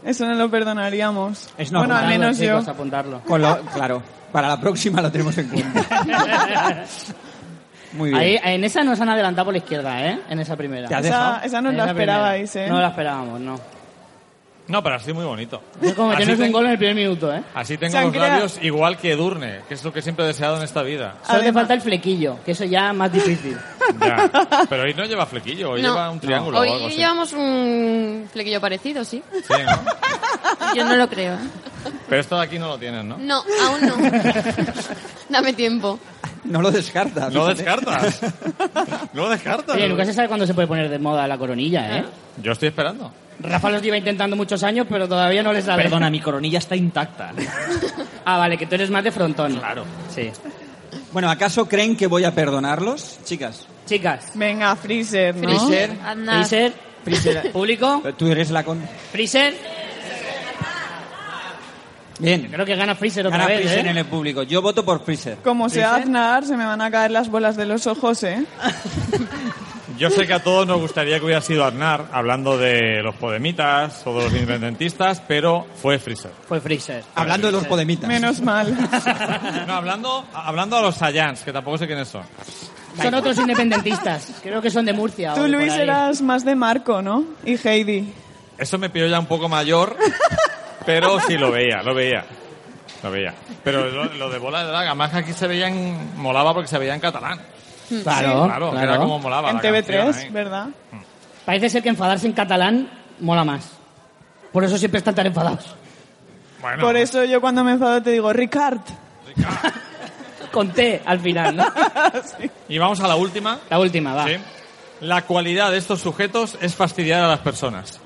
G: Eso no lo perdonaríamos.
E: Es
G: bueno, al
E: normal,
G: menos yo.
C: Chicos, apuntarlo.
E: Con lo- claro. Para la próxima lo tenemos en cuenta.
C: <laughs>
E: Muy bien.
C: Ahí- en esa nos han adelantado por la izquierda, ¿eh? En esa primera.
E: Te has dejado.
G: Esa, esa no
C: En
G: la
C: esa primera.
G: esperabais, ¿eh?
C: No la esperábamos, no.
B: No, pero así muy bonito.
C: Es como
B: Así
C: tienes un
B: tengo-
C: gol en el primer minuto, ¿eh?
B: Así tengo
G: Se han
B: los
G: creado-
B: labios igual que Edurne, que es lo que siempre he deseado en esta vida.
C: Solo te
G: Además-
C: falta el flequillo, que eso ya es más
G: <laughs>
C: difícil. <laughs>
B: Ya. Pero hoy no lleva flequillo, hoy
H: No.
B: lleva un triángulo
H: Hoy
B: o algo así.
H: llevamos un flequillo parecido, ¿sí?
B: Sí, ¿no?
F: <laughs> Yo no lo creo. ¿eh?
B: Pero esto de aquí no lo tienen, ¿no?
H: No, aún no. <laughs> Dame tiempo.
E: No lo descartas.
B: No
E: fíjate.
B: descartas. No descartas.
C: Oye, nunca se sabe cuándo se puede poner de moda la coronilla,
G: Ah.
C: ¿eh?
B: Yo estoy esperando.
C: Rafa los lleva intentando muchos años, pero todavía no les sale.
M: Perdona, mi coronilla está intacta.
C: Ah, vale, que tú eres más de frontón. Claro. Sí.
E: Bueno, ¿acaso creen que voy a perdonarlos? Chicas.
C: Chicas,
G: Venga, Freezer, ¿no?
E: Freezer.
F: Aznar.
C: Freezer, público,
E: Tú eres la con...
C: Freezer.
E: Bien.
C: Creo que gana Freezer otra
E: Gana
C: vez,
E: Freezer
C: ¿eh?
E: en el público. Yo voto por Freezer.
G: Como sea Aznar, se me van a caer las bolas de los ojos, ¿eh?
B: Yo sé que a todos nos gustaría que hubiera sido Aznar hablando de los podemitas o de los independentistas, pero fue Freezer.
C: Fue Freezer.
E: Hablando de los podemitas.
G: Menos mal.
B: No, hablando, hablando a los Saiyans, que tampoco sé quiénes son.
C: Son otros independentistas. Creo que son de Murcia. o
G: Tú,
C: de por
G: Luis,
C: ahí.
G: eras más de Marco, ¿no? Y Heidi.
B: Eso me pilló ya un poco mayor, pero sí lo veía, lo veía. Lo veía. Pero lo, lo de bola de draga, más que aquí se veían, molaba porque se veía en catalán.
C: Claro,
B: claro, que
C: Ah, claro.
B: era como molaba.
G: en
B: la
G: TV3,
B: canción, ¿eh?
G: ¿verdad?
C: Parece ser que enfadarse en catalán mola más. Por eso siempre están tan enfadados.
B: Bueno,
G: Por eso yo cuando me enfado te digo, Ricard.
C: Con T al final, ¿no?
B: Y vamos a la última.
C: La última, va.
B: ¿sí? La cualidad de estos sujetos es fastidiar a las personas.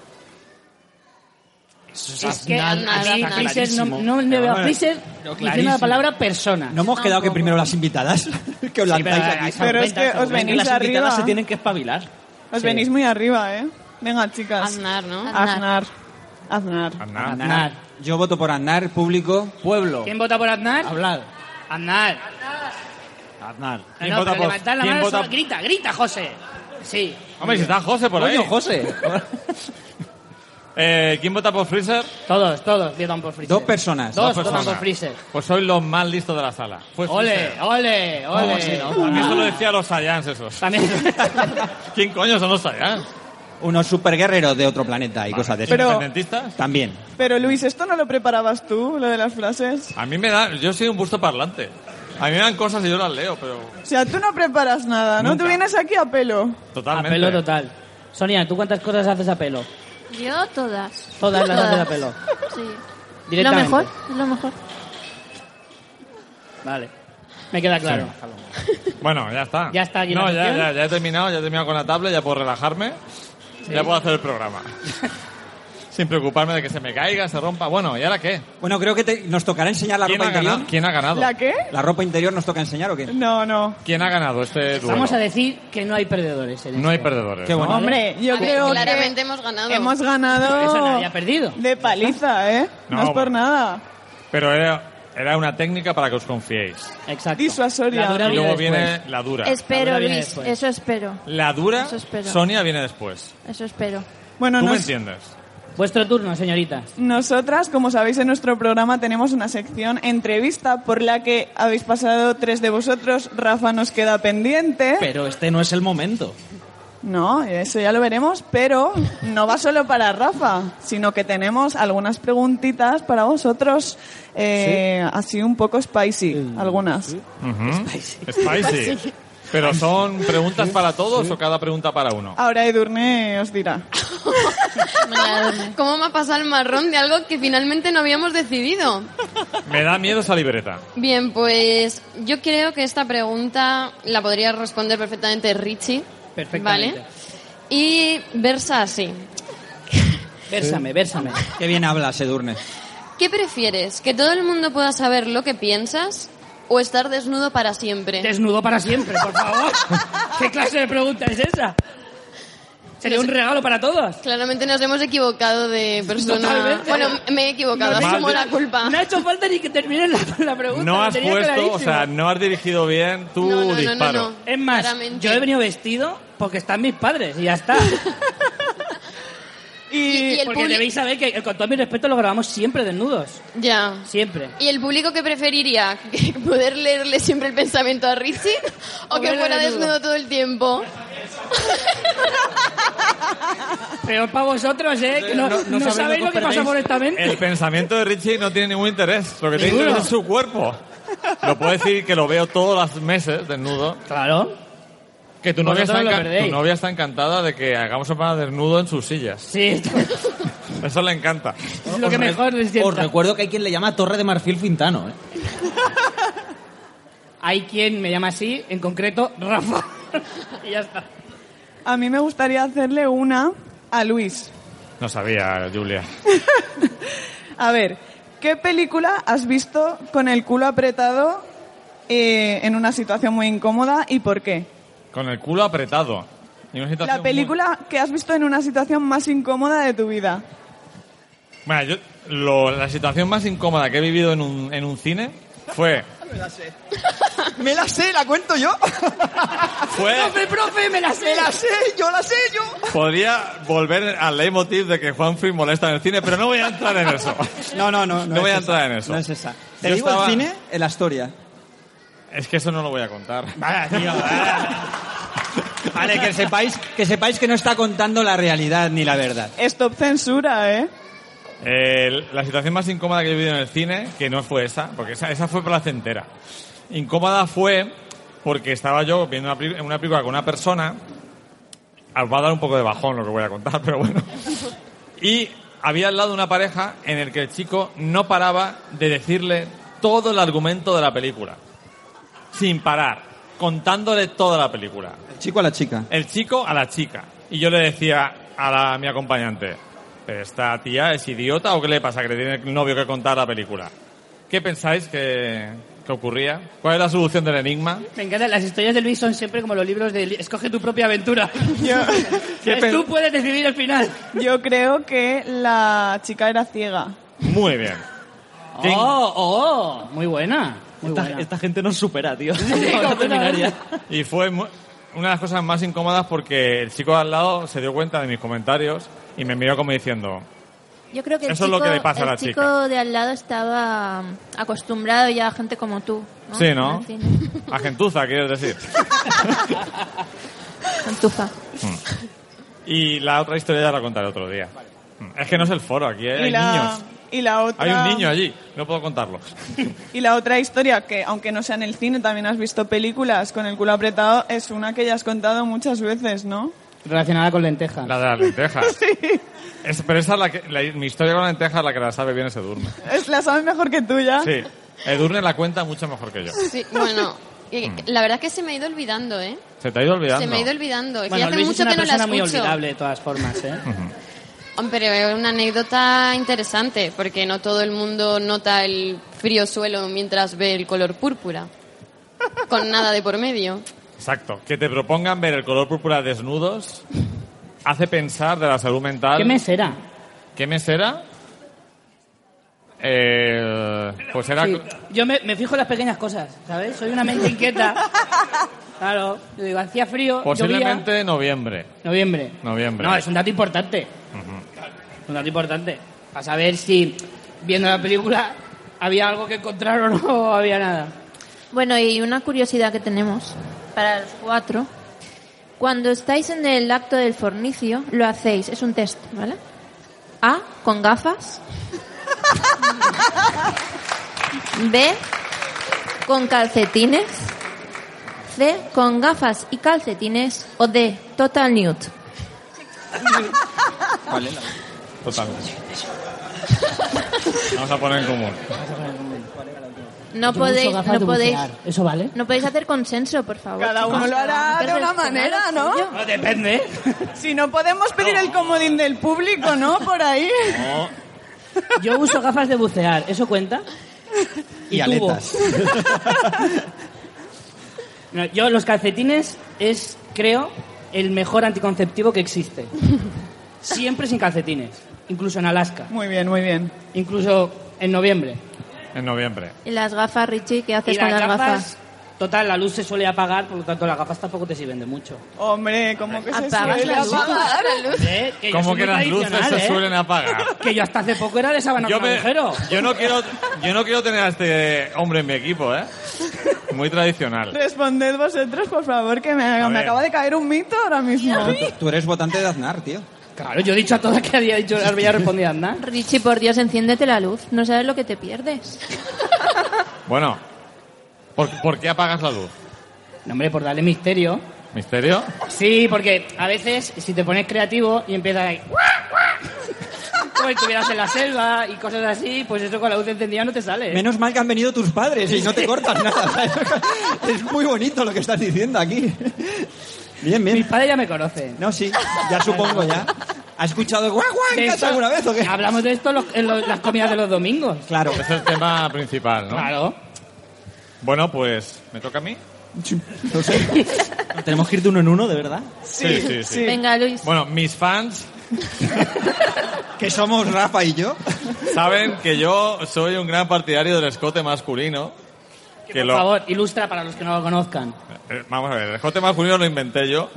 C: Es que a
H: Aznar,
C: mí
H: Aznar.
C: Freezer no, no me
E: Pero
C: veo a
E: bueno,
C: Freezer
E: pero
C: diciendo la
E: clarísimo.
C: palabra persona.
E: No hemos quedado que primero las invitadas, <laughs> que os
C: Sí,
E: lanzáis
C: pero-
E: aquí.
G: Pero es que
C: cuenta, seguro.
G: os
M: Que
G: venís
M: las
G: arriba.
M: invitadas se tienen que espabilar.
G: Os
C: Sí.
G: venís muy arriba, ¿eh? Venga, chicas.
H: Aznar, ¿no?
G: Aznar. Aznar.
B: Aznar.
C: Aznar.
E: Yo voto por Aznar, público.
M: Pueblo.
C: ¿Quién vota por Aznar?
M: Hablad.
C: Aznar.
M: Aznar.
B: ¿Quién
C: no,
B: vota
C: pero
B: por-
C: levantad la
B: quién
C: mano,
B: vota-
C: solo- grita, grita, José. Sí.
B: Hombre, si está José por ahí.
M: Coño, José.
B: Eh, ¿Quién vota por Freezer?
C: Todos, todos votan por Freezer.
E: Dos personas.
C: Dos,
B: Dos
C: votan
B: personas.
C: por Freezer.
B: Pues soy los más listos de la sala. Fue
C: Ole,
B: Freezer.
C: ole, ole.
B: A mí eso lo decía los Saiyans esos.
C: También.
B: ¿Quién coño son los Saiyans?
E: <laughs> unos superguerreros de otro planeta y cosas de eso.
G: Pero-
B: ¿Independentistas?
E: También.
G: Pero Luis, ¿esto no lo preparabas tú, lo de las frases?
B: A mí me da. Yo soy un busto parlante. A mí me dan cosas y yo las leo, pero.
G: O sea, tú no preparas nada, ¿no? Tú vienes aquí a pelo.
B: Totalmente.
C: Apelo total. Sonia, ¿tú cuántas cosas haces a pelo?
F: Yo todas.
C: Todas las haces a pelo.
F: Sí. Lo
C: Directamente.
F: mejor, lo mejor.
C: Vale. Me queda claro.
B: Bueno, ya está.
C: Ya está aquí la
B: No, ya,
C: sección.
B: ya, ya he terminado, ya he terminado con la tablet, ya puedo relajarme, ya puedo hacer el
C: <laughs>
B: programa. Sin preocuparme de que se me caiga, se rompa. Bueno, ¿y ahora qué?
E: Bueno, creo que te- nos tocará enseñar la
B: ¿Quién
E: ropa
B: ha,
E: interior.
B: ganado? ¿Quién ha ganado?
G: ¿La qué?
E: ¿La ropa interior nos toca enseñar o qué?
G: No, no.
B: ¿Quién ha ganado este duelo?
C: Vamos a decir que no hay perdedores. en
B: No hay
C: esto.
B: perdedores.
E: Qué
B: ¿no?
E: bueno.
G: Hombre, yo
H: A ver,
G: creo
H: claramente
G: que
H: hemos ganado.
G: hemos
C: Eso nadie
G: ganado
C: ha perdido.
G: de paliza, ¿eh? No,
B: No,
G: es por
B: bueno.
G: nada.
B: Pero era, era una técnica para que os confiéis.
C: Exacto.
G: Disuasoria.
C: La dura
B: Y luego
C: viene
B: viene
C: después.
B: la dura.
F: Espero,
C: Ahora viene
F: Luis.
C: después.
F: Eso espero.
B: La dura,
F: Eso espero.
B: Sonia viene después.
F: Eso espero.
G: Bueno,
B: Tú me
G: nos-
B: entiendes.
C: Vuestro turno, señorita.
G: nosotras, como sabéis, en nuestro programa tenemos una sección entrevista por la que habéis pasado tres de vosotros. Rafa nos queda pendiente.
N: Pero este no es el momento.
G: No, eso ya lo veremos, pero no va solo para Rafa, sino que tenemos algunas preguntitas para vosotros, eh, así un poco spicy, algunas.
B: Spicy. Pero son preguntas para todos o cada pregunta para uno.
C: Ah.
G: Ahora Edurne os dirá.
H: ¿Cómo <laughs> me ha pasado el marrón de algo que finalmente no habíamos decidido?
B: Me da miedo esa libreta.
H: Bien, pues yo creo que esta pregunta la podría responder perfectamente Richie.
C: Perfectamente.
H: ¿Vale? Y versa así.
C: Bérsame, bérsame.
E: Qué bien hablas, Edurne.
H: ¿Qué prefieres? ¿Que todo el mundo pueda saber lo que piensas o estar desnudo para siempre?
C: Desnudo para siempre, por
H: <laughs>
C: favor. ¿Qué clase de pregunta es esa? Sería un regalo para todos.
H: Claramente nos hemos equivocado de persona.
C: Totalmente.
H: Bueno, me he equivocado,
B: No,
H: asumo
B: no,
H: la culpa.
C: No ha hecho falta ni que termine la, la pregunta.
B: No
C: lo
B: has
C: tenía
B: puesto, o
C: clarísimo.
B: sea, no has dirigido bien tu
H: No, no, no, no,
B: disparo.
H: no.
C: Es más,
H: Claramente.
C: yo he venido vestido porque están mis padres y ya
H: <laughs>
C: está.
H: Y- y el
C: porque
H: público-
C: debéis saber que, eh, con todo mi respeto, lo grabamos siempre desnudos.
H: Ya.
C: Siempre.
H: ¿Y el público que preferiría? <laughs> ¿Que ¿Poder leerle siempre el pensamiento
C: <laughs>
H: a Richie? ¿O
C: O
H: que
C: verlo
H: fuera
C: desnudo.
H: desnudo todo el tiempo?
C: Pero para vosotros, ¿eh? Que no,
E: No- no
C: no
E: sabéis
C: sabéis
E: lo
C: lo
E: que
C: que pasa
E: perdéis.
C: por esta
B: El
C: mente.
B: pensamiento de Richie no tiene ningún interés. Lo que tiene
C: Ninguno.
B: interés es su cuerpo. Lo puedo decir que lo veo todos los meses desnudo.
C: Claro.
B: Que tu novia, está
C: Vosotros lo
B: encan-
C: perdéis.
B: tu novia está encantada de que hagamos un programa desnudo en sus sillas.
C: Sí, esto es
B: Eso le encanta.
C: lo que mejor les sienta.
N: Os recuerdo que hay quien le llama Torre de Marfil Fintano. ¿eh?
C: Hay quien me llama así, en concreto Rafa. <laughs> y ya está.
G: A mí me gustaría hacerle una a Luis.
B: No sabía, Julia.
G: A ver, ¿qué película has visto con el culo apretado eh, en una situación muy incómoda y por qué?
B: Con el culo apretado. Y una situación
G: La película que has visto en una situación más incómoda de tu vida.
B: muy- Mira, yo- lo- la situación más incómoda que he vivido en un, en un cine fue...
E: <laughs> Me la sé, la cuento
G: <laughs>
E: yo.
B: fue
C: ¡Profe, profe, me la sé!
E: sé, yo la sé, yo.
B: podría volver al leitmotiv de que Juanfrey molesta en el cine, pero no voy a entrar en eso.
E: No, no, no.
B: No
E: es
B: voy a
E: esa.
B: entrar en eso.
E: No es esa. Te
B: Yo
E: digo
B: estaba-
E: el cine, en la historia.
B: Es que eso no lo voy a contar.
E: Vale, que sepáis, que sepáis que no está contando la realidad ni la verdad.
G: Stop censura, ¿eh?
B: Eh, la situación más incómoda que he vivido en el cine, que no fue esa, porque esa, esa fue placentera. Incómoda fue porque estaba yo viendo una, peli- una película con una persona. Os va a dar un poco de bajón lo que voy a contar, <laughs> pero bueno. Y había al lado una pareja en el que el chico no paraba de decirle todo el argumento de la película. Sin parar. Contándole toda la película.
E: El chico a la chica.
B: el chico a la chica. Y yo le decía a, la- a mi acompañante, ¿pero esta tía es idiota o qué le pasa? Que le tiene el novio que contar la película. ¿Qué pensáis que, que ocurría? ¿Cuál es la solución del enigma?
C: Me encantan las historias de Luis son siempre como los libros de... li- Escoge tu propia aventura.
G: Yo,
C: <laughs> ¿Sabes?
B: pe-
C: Tú puedes decidir el final.
G: yo creo que la chica era ciega.
B: Muy bien. ¿Qué-
C: ¡Oh, oh! Muy buena. Muy buena.
N: Esta,
C: <laughs>
N: esta gente nos supera, tío. Vamos a
C: completamente.
N: terminar ya.
B: Y fue mu- una de las cosas más incómodas porque el chico de al lado se dio cuenta de mis comentarios y me miró como diciendo,
F: Yo creo que el
B: Eso es
F: chico,
B: lo que le pasa a
F: el
B: la
F: chico
B: chica.
F: de al lado estaba mm, acostumbrado ya a gente como tú.
G: Ah,
F: ¿no?
B: sí, ¿no?
F: En el cine.
B: Agentuza, quieres decir.
F: Gentuza.
B: Y la otra historia ya la contaré otro día. Es que no es el foro, aquí ¿eh? hay,
G: y
B: hay
G: la,
B: niños.
G: Y la otra...
B: Hay un niño allí, no puedo contarlo.
G: Y la otra historia, que aunque no sea en el cine, también has visto películas con el culo apretado, es una que ya has contado muchas veces, ¿no?
C: Relacionada con lentejas.
B: La de las
C: <laughs>
B: lentejas. Es- pero esa es la que, la- mi historia con las lentejas, la que la sabe bien es
C: <laughs>
B: Edurne.
G: Es, la sabes mejor que tú ya.
B: Sí, Edurne la cuenta mucho mejor que yo.
C: <laughs>
H: Sí, bueno, que- que- la verdad es que se me ha ido olvidando, ¿eh?
B: ¿Se te ha ido olvidando?
H: Se me ha ido olvidando. Es que
C: Bueno,
H: hace
C: Luis
H: mucho
C: es una
H: que no la
C: persona
H: escucho.
C: muy olvidable de todas formas, ¿eh?
H: Hombre, una anécdota interesante, porque no todo el mundo nota el frío suelo mientras ve el color púrpura. Con nada de por medio.
B: Exacto. Que te propongan ver el color púrpura desnudos hace pensar de la salud mental.
C: ¿Qué mesera?
B: ¿Qué mesera? Eh, pues era...
C: Sí. Yo me, me fijo en las pequeñas cosas, ¿sabes? Soy una mente inquieta. Claro, yo digo, hacía frío, llovía.
B: Posiblemente noviembre.
C: Noviembre.
B: Noviembre.
C: No, es un dato importante. Un dato importante. Para saber si, viendo la película, había algo que encontrar o no había nada.
F: Bueno, y una curiosidad que tenemos para los cuatro. Cuando estáis en el acto del fornicio, lo hacéis, es un test, ¿vale? A, con gafas. B, con calcetines. C, con gafas y calcetines. O D, total nude.
E: ¿Cuál es la?
C: <laughs>
B: Totalmente. Vamos a poner en común.
F: No
C: Yo
F: podéis,
C: uso gafas
F: no
C: de
F: podéis,
C: bucear. ¿Eso vale?
F: no podéis hacer consenso, por favor.
G: Cada
F: chicos.
G: uno lo hará
F: Hay que
G: de una
F: respetar
G: manera,
F: el
G: ¿no?
F: suyo.
C: No,
F: <laughs>
C: depende. ¿eh?
G: Si no podemos pedir el comodín del público, ¿no? Por ahí.
C: Yo uso gafas de bucear. ¿Eso cuenta?
E: Y
C: tubo.
E: aletas.
C: No, yo los calcetines es, creo, el mejor anticonceptivo que existe.
F: <laughs>
C: Siempre sin calcetines. Incluso en Alaska.
G: Muy bien, muy bien.
C: Incluso en noviembre.
B: En noviembre.
F: Y las gafas, Richie, ¿qué haces
C: Y
F: con
C: las
F: las
C: gafas,
F: gafas?
C: total, la luz se suele apagar, por lo tanto las gafas tampoco te sirven de mucho.
G: Hombre, ¿cómo que se
F: Apagas
G: suele
F: la luz.
G: apagar?
C: ¿Eh? Que yo soy
B: Como
C: muy
B: que las luces
C: tradicional,
B: se
C: ¿eh?
B: suelen apagar.
C: Que yo hasta hace poco era de sábana
B: Yo,
C: con
B: me-
C: agujero.
B: yo no quiero, yo no quiero tener a este hombre en mi equipo, ¿eh? Muy tradicional.
G: Responded vosotros, por favor, que me,
B: A
G: me
B: ver.
G: acaba de caer un mito ahora mismo.
E: Tú- Tú eres votante de Aznar, tío.
C: Claro, yo he dicho a todas que había dicho, las había respondido nada.
F: Richie, por Dios, enciéndete la luz. No sabes lo que te pierdes.
B: Bueno, ¿por, por qué apagas la luz?
C: No, hombre, por darle misterio.
B: ¿Misterio?
C: Sí, porque a veces si te pones creativo y empiezas ahí... <laughs> Como si estuvieras en la selva y cosas así, pues eso con la luz encendida no te sale. ¿eh?
E: Menos mal que han venido tus padres y no te <laughs> cortan nada. ¿sabes? Es muy bonito lo que estás diciendo aquí. Bien,
C: Mis
E: bien.
C: padres ya me conocen.
E: No, sí, ya supongo ya. ¿Has escuchado guau guau en
C: De
E: casa
C: esto-
E: alguna vez o qué?
C: Hablamos de esto en los- en los- las comidas de los domingos.
E: Claro.
B: Es el tema principal, ¿no?
C: Claro.
B: Bueno, pues, ¿me toca a mí?
E: No sé. Tenemos que ir de uno en uno, de verdad.
B: Sí, sí, sí.
F: Venga, Luis.
B: Bueno, mis fans
E: Que somos Rafa y yo.
B: saben que yo soy un gran partidario del escote masculino. Que
C: Por
B: lo,
C: favor, ilustra para los que no lo conozcan.
B: Eh, Vamos a ver, el escote masculino lo inventé yo.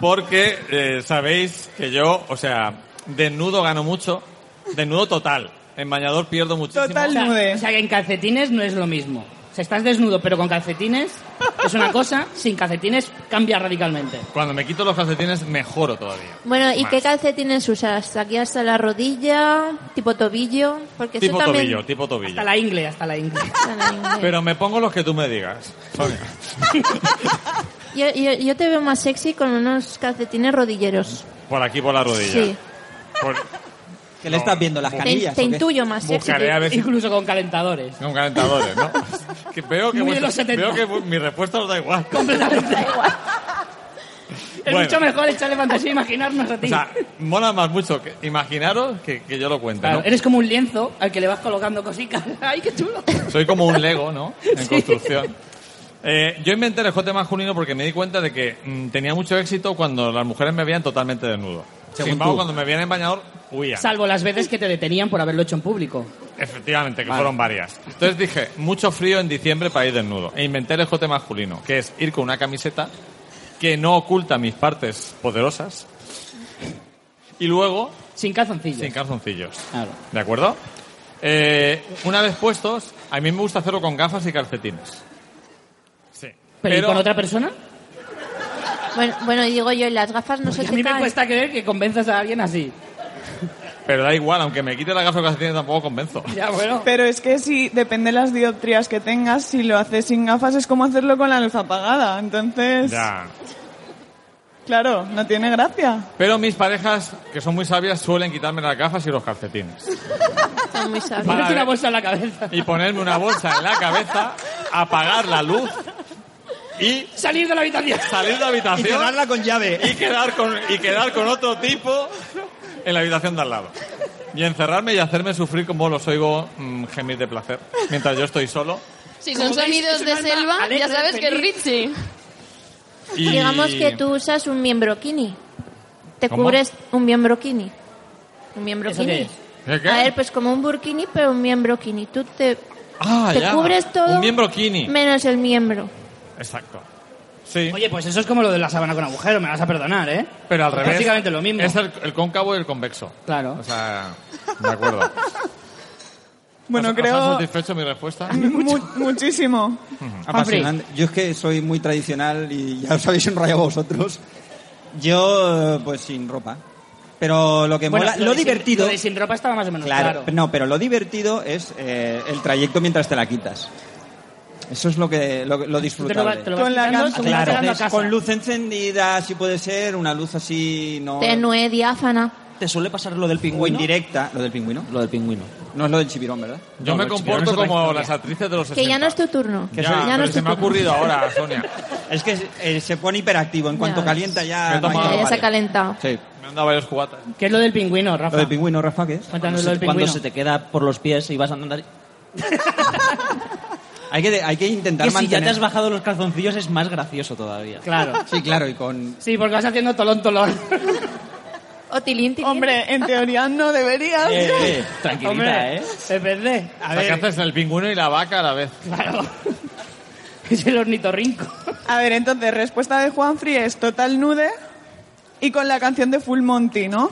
B: Porque eh, sabéis que yo, o sea, desnudo gano mucho, desnudo total. En bañador pierdo muchísimo.
C: O
G: Total.
C: sea,
G: Desnude.
C: o sea, que en calcetines no es lo mismo. O sea, estás desnudo, pero con calcetines es una cosa, sin calcetines cambia radicalmente.
B: Cuando me quito los calcetines mejoro todavía.
F: Bueno, ¿y
B: Más.
F: qué calcetines usas? ¿Aquí hasta la rodilla? ¿Tipo tobillo? Porque
B: Tipo
F: eso también... <laughs>
B: tobillo, tipo tobillo.
C: Hasta la ingle, hasta la ingle.
B: Pero me pongo los que tú me digas. Sonia.
F: Yo, yo, yo te veo más sexy con unos calcetines rodilleros.
B: Por aquí, por la rodilla.
F: Sí.
B: Por-
E: Que le estás viendo las
F: Te,
E: canillas.
F: te
E: ¿o qué?
F: intuyo más sexy.
B: buscaré a ver si...
C: Incluso con calentadores.
B: Con calentadores, ¿no? Que veo que,
C: Muy
B: vuestra-
C: de los 70.
B: veo que vu- mi respuesta os da igual.
C: Completamente igual. Es
B: Bueno.
C: mucho mejor echarle fantasía e imaginarnos a ti.
B: O sea, mola más mucho que imaginaros que, que yo lo cuente,
C: Claro,
B: ¿no?
C: eres como un lienzo al que le vas colocando cositas. <laughs> ¡Ay, qué chulo!
B: Soy como un Lego, ¿no? En
C: Sí.
B: construcción. Eh, yo inventé el escote masculino porque me di cuenta de que mm, tenía mucho éxito cuando las mujeres me veían totalmente desnudo. Sin
E: Según
B: embargo,
E: tú.
B: cuando me veían en bañador, huían.
C: Salvo las veces que te detenían por haberlo hecho en público.
B: Efectivamente, que fueron varias. Entonces dije, mucho frío en diciembre para ir desnudo. E inventé el escote masculino, que es ir con una camiseta que no oculta mis partes poderosas y luego
C: Sin calzoncillos.
B: sin calzoncillos.
C: Claro.
B: ¿De acuerdo? Eh, una vez puestos, a mí me gusta hacerlo con gafas y calcetines. Sí.
C: ¿Pero, ¿y con otra persona?
F: Bueno, bueno, y digo yo, en las gafas
B: Pues
F: no se
C: Porque
F: te
C: a mí me
F: caen.
C: cuesta creer que convenzas a alguien así.
B: Pero da igual, aunque me quite la gafa de tiene tampoco convenzo.
G: Pero es que si depende de las dioptrías que tengas, si lo haces sin gafas es como hacerlo con la luz apagada. Entonces,
B: Ya.
G: claro, no tiene gracia.
B: Pero mis parejas, que son muy sabias, suelen quitarme las gafas y los calcetines.
F: Está muy sabio.
B: Para ver-
C: en la cabeza.
B: Y ponerme una bolsa en la cabeza, apagar la luz y...
C: Salir de la habitación.
B: Salir de la habitación.
E: Y cerrarla con llave.
B: Y quedar con, y quedar con otro tipo en la habitación de al lado. Y encerrarme y hacerme sufrir como los oigo mm, gemir de placer. Mientras yo estoy solo.
H: Si son
F: Como veis,
H: sonidos
F: es un
H: de
F: alma
H: selva,
F: alegre,
H: ya sabes que es
F: feliz.
H: Richie.
B: Y-
F: Digamos que tú usas un miembroquini. Te
B: ¿Cómo?
F: cubres un miembroquini. Un miembroquini.
B: ¿Eso ¿Eh, qué es? ¿Qué, qué?
F: A ver, pues como un burkini, pero un miembroquini. Tú te,
B: Ah,
F: te
B: ya.
F: cubres todo
B: Un miembro kini.
F: menos el miembro.
B: Exacto. Sí.
C: Oye, pues eso es como lo de la sábana con agujero, me vas a perdonar, ¿eh?
B: Pero al revés.
C: Básicamente lo mismo.
B: Es el, el cóncavo y el convexo.
C: Claro.
B: O sea, de acuerdo.
G: Bueno,
B: ¿Os- os ha
G: creo
B: satisfecho mi respuesta?
G: mu-
F: <laughs>
G: muchísimo.
E: Apasionante. Yo es que soy muy tradicional y ya os habéis enrollado vosotros. Yo, pues sin ropa. Pero lo que
C: Bueno,
E: mola, lo,
C: de sin-
E: divertido.
C: lo de sin ropa estaba más o menos
E: Claro,
C: claro.
E: no, pero lo divertido es eh, el trayecto mientras te la quitas. Eso es lo que lo, lo
C: Tú te lo, va- te
E: disfrutable.
C: lo vas
G: Con la
C: quitando
G: canción.
C: según vas
E: Claro,
C: llegando a casa.
E: con luz encendida, si puede ser, una luz así no
F: Tenue, diáfana.
N: ¿Te suele pasar lo del
E: o
N: pingüino?
E: indirecta, lo del pingüino.
N: Lo del pingüino.
E: No es lo del chipirón, ¿verdad?
B: Yo
N: No,
B: me
N: no,
B: comporto
N: es otra
B: como
N: historia.
B: las actrices de los 60.
F: Que ya no es tu turno.
B: Ya,
F: Ya no
B: pero
F: es
B: se
F: tu
B: me ha
F: turno.
B: ocurrido ahora, Sonia.
E: Es que eh, se pone hiperactivo, en cuanto
F: Ya.
E: calienta ya
B: Me
E: no hay
B: toma-
F: Ya,
E: quien
F: ya
E: lo
F: se
E: pare.
F: ha calentado.
E: Sí.
B: Me han dado varios jugatas.
C: ¿Qué es lo del pingüino, Rafa?
E: Lo del pingüino, Rafa, ¿qué es?
C: Cuéntanos
N: se,
C: lo del
N: cuando
C: pingüino.
N: se te queda por los pies y vas andando...
E: Hay que, hay que intentar
N: Que si ya
E: mantener...
N: te has bajado los calzoncillos es más gracioso todavía.
C: Claro.
E: Sí, claro, y con...
C: <laughs> Sí, porque vas haciendo tolón, tolón.
F: O tilín, tilín.
G: Hombre, en teoría no deberías.
N: Eh, tranquilita,
C: Hombre,
N: ¿eh?
C: depende.
B: O
C: A
B: sea, ¿Qué
C: ver,
B: haces el pingüino y la vaca a la vez?
C: claro. <laughs> Es el ornitorrinco.
G: A ver, entonces, respuesta de Juanfri es total nude y con la canción de Full Monty, ¿no?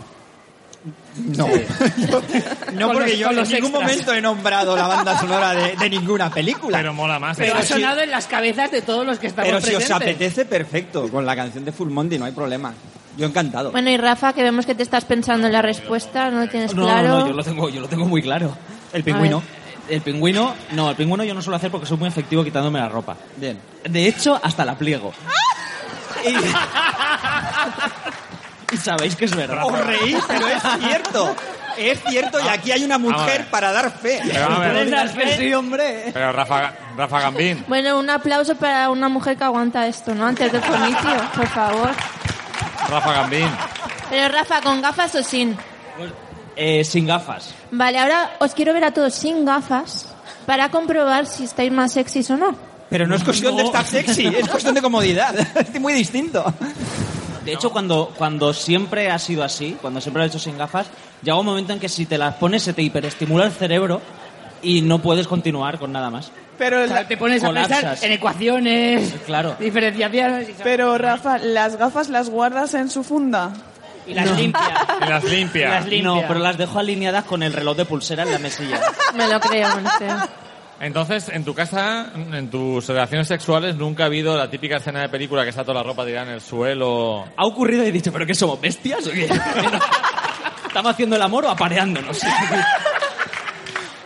E: No. no
C: Con
E: porque
C: los-
E: yo
C: con
E: en
C: los
E: ningún
C: extras.
E: momento he nombrado la banda sonora de, de ninguna película.
B: Pero mola más.
C: Pero
B: ¿eh?
C: ha sonado en las cabezas de todos los que estamos
E: Pero si
C: presentes.
E: os apetece, perfecto. Con la canción de Full Monty no hay problema. Yo encantado.
F: Bueno, y Rafa, que vemos que te estás pensando en la respuesta, no lo tienes
N: No,
F: claro.
N: no, no, yo lo tengo, yo lo tengo muy claro.
E: El pingüino.
N: El pingüino, no, el pingüino yo no suelo hacer porque soy muy efectivo quitándome la ropa.
E: Bien.
N: De hecho, hasta la pliego. Y, y sabéis que es
C: <laughs>
N: verdad.
E: Os reís, pero es cierto. Es cierto y aquí hay una mujer
B: ver.
E: para dar fe.
B: Pero a ver.
E: Puedes dar fe, Sí, hombre.
B: Pero Rafa, Rafa Gambín,
F: Bueno, un aplauso para una mujer que aguanta esto, ¿no? Antes del comicio, por favor.
B: Rafa Gambín.
F: Pero Rafa, ¿con gafas o sin?
N: Eh, sin gafas.
F: Vale, ahora os quiero ver a todos sin gafas para comprobar si estáis más sexys o no.
E: Pero no es cuestión de estar sexy, es cuestión de comodidad. <laughs> Es muy distinto.
N: De hecho, cuando, cuando siempre ha sido así, cuando siempre lo he hecho sin gafas, llega un momento en que si te las pones se te hiperestimula el cerebro y no puedes continuar con nada más.
G: Pero,
C: O sea, te pones a
N: Colapsas.
C: pensar en ecuaciones,
N: Claro.
C: diferenciaciones y,
G: pero Rafa, ¿las gafas las guardas en su funda?
C: y las limpias.
B: Y las limpia.
C: Las limpia.
N: No, pero las dejo alineadas con el reloj de pulsera en la mesilla.
F: Me lo creo, me lo creo.
B: Entonces, en tu casa, en tus relaciones sexuales, nunca ha habido la típica escena de película que está toda la ropa tirada en el suelo.
N: Ha ocurrido y he dicho, ¿pero qué somos bestias? ¿O qué? <laughs> ¿Estamos haciendo el amor o apareándonos?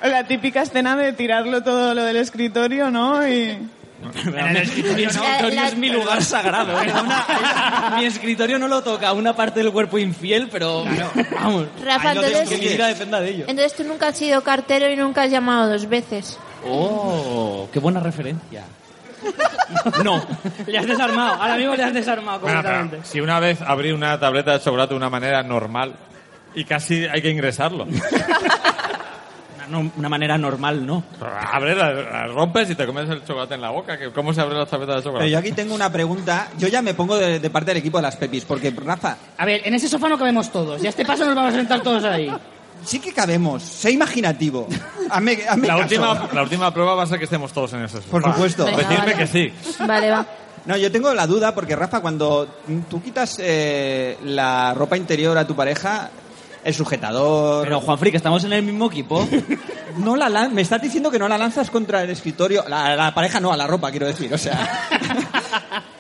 G: La típica escena de tirarlo todo lo del escritorio, ¿no? Y...
C: En el escritorio,
F: La-
N: escritorio
F: la-
N: es mi lugar sagrado.
C: ¿eh?
N: Perdona, mi escritorio no lo toca una parte del cuerpo infiel, pero vamos.
F: Rafa,
E: Ahí lo tienes
N: Que mi
F: entonces,
N: vida dependa de ello.
F: entonces tú nunca has sido cartero y nunca has llamado dos veces.
N: Oh, qué buena referencia. No.
C: Le has desarmado, ahora mismo le has desarmado
B: Bueno, pero
C: completamente.
B: si una vez abrí una tableta de chocolate de una manera normal y casi hay que ingresarlo.
N: Una, no- una manera normal, ¿no?
B: Abre, la, la rompes y te comes el chocolate en la boca. que ¿Cómo se abre la tableta de
E: Pero
B: chocolate?
E: yo aquí tengo una pregunta. Yo ya me pongo de, de parte del equipo de las Pepis, porque Rafa,
C: A ver, en ese sofá no cabemos todos. Y a este paso nos vamos a sentar todos ahí.
E: sí que cabemos. Sé imaginativo. Hazme, hazme
B: La
E: caso.
B: última, la última prueba va a ser que estemos todos en ese sofá.
E: Por supuesto.
F: Venga,
B: Decidme
F: vale.
B: que sí.
F: Vale, va.
E: No, yo tengo la duda porque Rafa, cuando tú quitas eh, la ropa interior a tu pareja, el sujetador.
N: Pero Juanfri, que estamos en el mismo equipo. <laughs>
E: no la lan- me
N: <laughs>
E: estás diciendo que no la lanzas contra el escritorio, la, la pareja no, a la ropa quiero decir, o sea.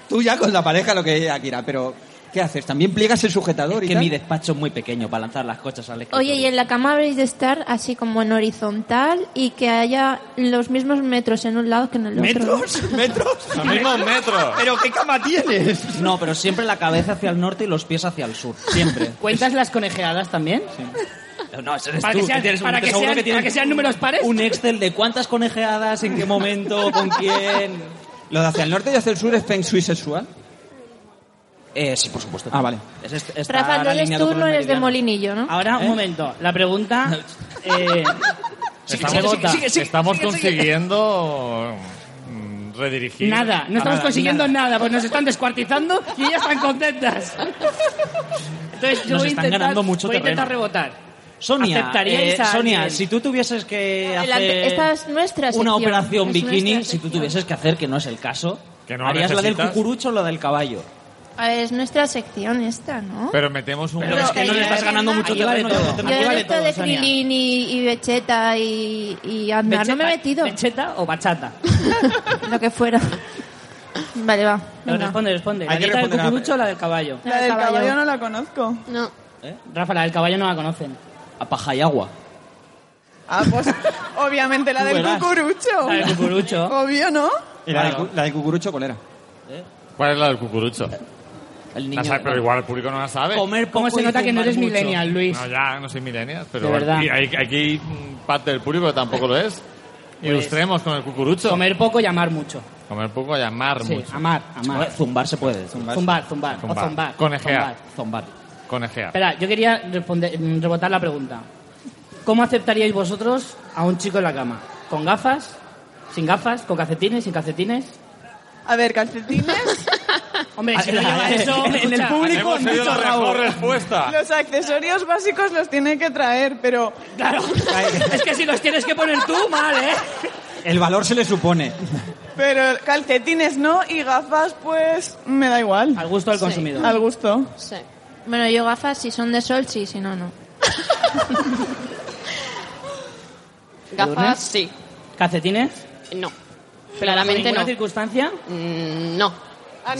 E: Tú ya con la pareja lo que ella quiera, pero ¿qué haces? ¿También pliegas el sujetador y
N: que
E: tal?
N: mi despacho es muy pequeño para lanzar las cosas al escritorio.
F: Oye, y en la cama habréis de estar así como en horizontal y que haya los mismos metros en un lado que en el otro.
E: ¿Metros? ¿Metros?
B: Los mismos metros.
E: ¿Pero qué cama tienes?
N: No, pero siempre la cabeza hacia el norte y los pies hacia el sur. Siempre.
C: ¿Cuentas las conejeadas también?
N: <laughs> No, eso eres
C: Para que
N: tú,
C: sean-
N: tienes un-
C: para que
N: seguro
C: sean-
N: tienes
C: para que sean números pares.
N: Un Excel de cuántas conejeadas, en qué momento, con quién.
E: ¿Lo de hacia el norte y hacia el sur es feng shui sexual?
N: Eh, sí, por supuesto.
E: Ah, vale.
N: Es est- estar
F: Rafa, no eres
N: alineado
F: tú,
N: con el
F: no eres de
N: meridiano.
F: Molinillo, ¿no?
C: Ahora,
N: ¿Eh?
C: un momento.
N: <laughs>
C: La pregunta... eh, se
B: Estamos,
C: vota.
B: estamos consiguiendo mm, redirigir.
C: Nada, no estamos consiguiendo nada. pues nos están descuartizando y ellas están contentas. Entonces yo
N: Nos
C: voy
N: están
C: a intentar,
N: ganando mucho
C: voy a intentar
N: terreno.
C: rebotar.
N: Sonia,
C: ¿Aceptaríais
N: eh,
C: a
N: Sonia,
C: alguien?
N: si tú tuvieses que hacer
F: Adelante, esta es nuestra sección,
N: una operación
F: es
N: bikini,
F: nuestra
N: si tú
F: sección.
N: tuvieses que hacer, que no es el caso,
B: Que no
N: harías la del
B: necesitas.
N: cucurucho o la del caballo.
F: A ver, Ah, es nuestra sección esta, ¿no?
B: Pero metemos un.
N: Pero es que no le estás ganando mucho
C: Aquí vale
N: terreno. yo
C: todo.
N: no te-
F: Yo
C: aquí
F: en
C: vale
F: esto
C: todo,
F: de
C: Sonia.
F: Krilin y, y Becheta y, y Aznar no me he
C: Beche-
F: metido.
C: ¿Becheta o bachata?
F: <laughs> Lo que fuera. Vale, va.
C: No,
F: venga.
C: responde, responde.
E: Hay
C: ¿La
E: que
C: dieta del
E: responder a la
C: cucurucho o la del caballo?
F: La
G: La del
F: del caballo.
G: caballo no la conozco.
H: No.
N: ¿Eh?
C: Rafa, la del caballo no la conocen.
N: A paja y agua.
G: Ah, pues obviamente la
N: Tú
G: del
N: verás.
G: cucurucho.
C: La
F: Oh.
C: del cucurucho.
G: Obvio, ¿no?
E: ¿Y la, de, la de cucurucho cuál era?
B: ¿Cuál es la del cucurucho?
N: El
B: La
N: niño.
B: sabe, pero igual el público no la sabe.
N: Comer poco
C: ¿Cómo se
N: y
C: nota que no
N: fumar
C: eres
N: mucho.
C: millennial, Luis?
B: No, ya no soy millennial, pero
C: De verdad.
B: aquí, hay- aquí mm, parte del público tampoco lo es. Ilustremos con el cucurucho.
C: Comer poco y amar mucho.
B: Comer poco y amar
C: Sí,
B: mucho.
C: amar,
N: Joder,
C: amar.
N: Zumbar se puede.
C: Zumbar, zumbar. O
B: Zumbar.
C: zumbar.
B: Conejear.
C: Zumbar, Zumbar.
B: Conejea.
C: Espera, yo quería responder, mm, rebotar la pregunta. ¿Cómo aceptaríais vosotros a un chico en la cama? ¿Con gafas? ¿Sin gafas? ¿Con calcetines? ¿Sin calcetines?
G: A ver, calcetines,
C: <laughs> Hombre, si
N: Ah,
C: no lleva
N: eh,
C: eso... <laughs>
N: en- en el
C: escucha,
N: público,
B: Hemos tenido la mejor respuesta.
G: los accesorios básicos los tiene que traer, pero
C: Claro. <laughs> es que si los tienes que poner tú, mal, ¿eh?
E: El valor se le supone.
G: pero calcetines no y gafas pues me da igual.
C: Al gusto del consumidor.
G: Al gusto.
H: Sí.
F: Bueno, yo gafas si son de sol, sí, si no, no.
H: Gafas, sí.
C: ¿Calcetines? Pero
H: No.
C: bajo
H: Claramente
C: ninguna
H: no.
C: circunstancia?
H: Mm, no.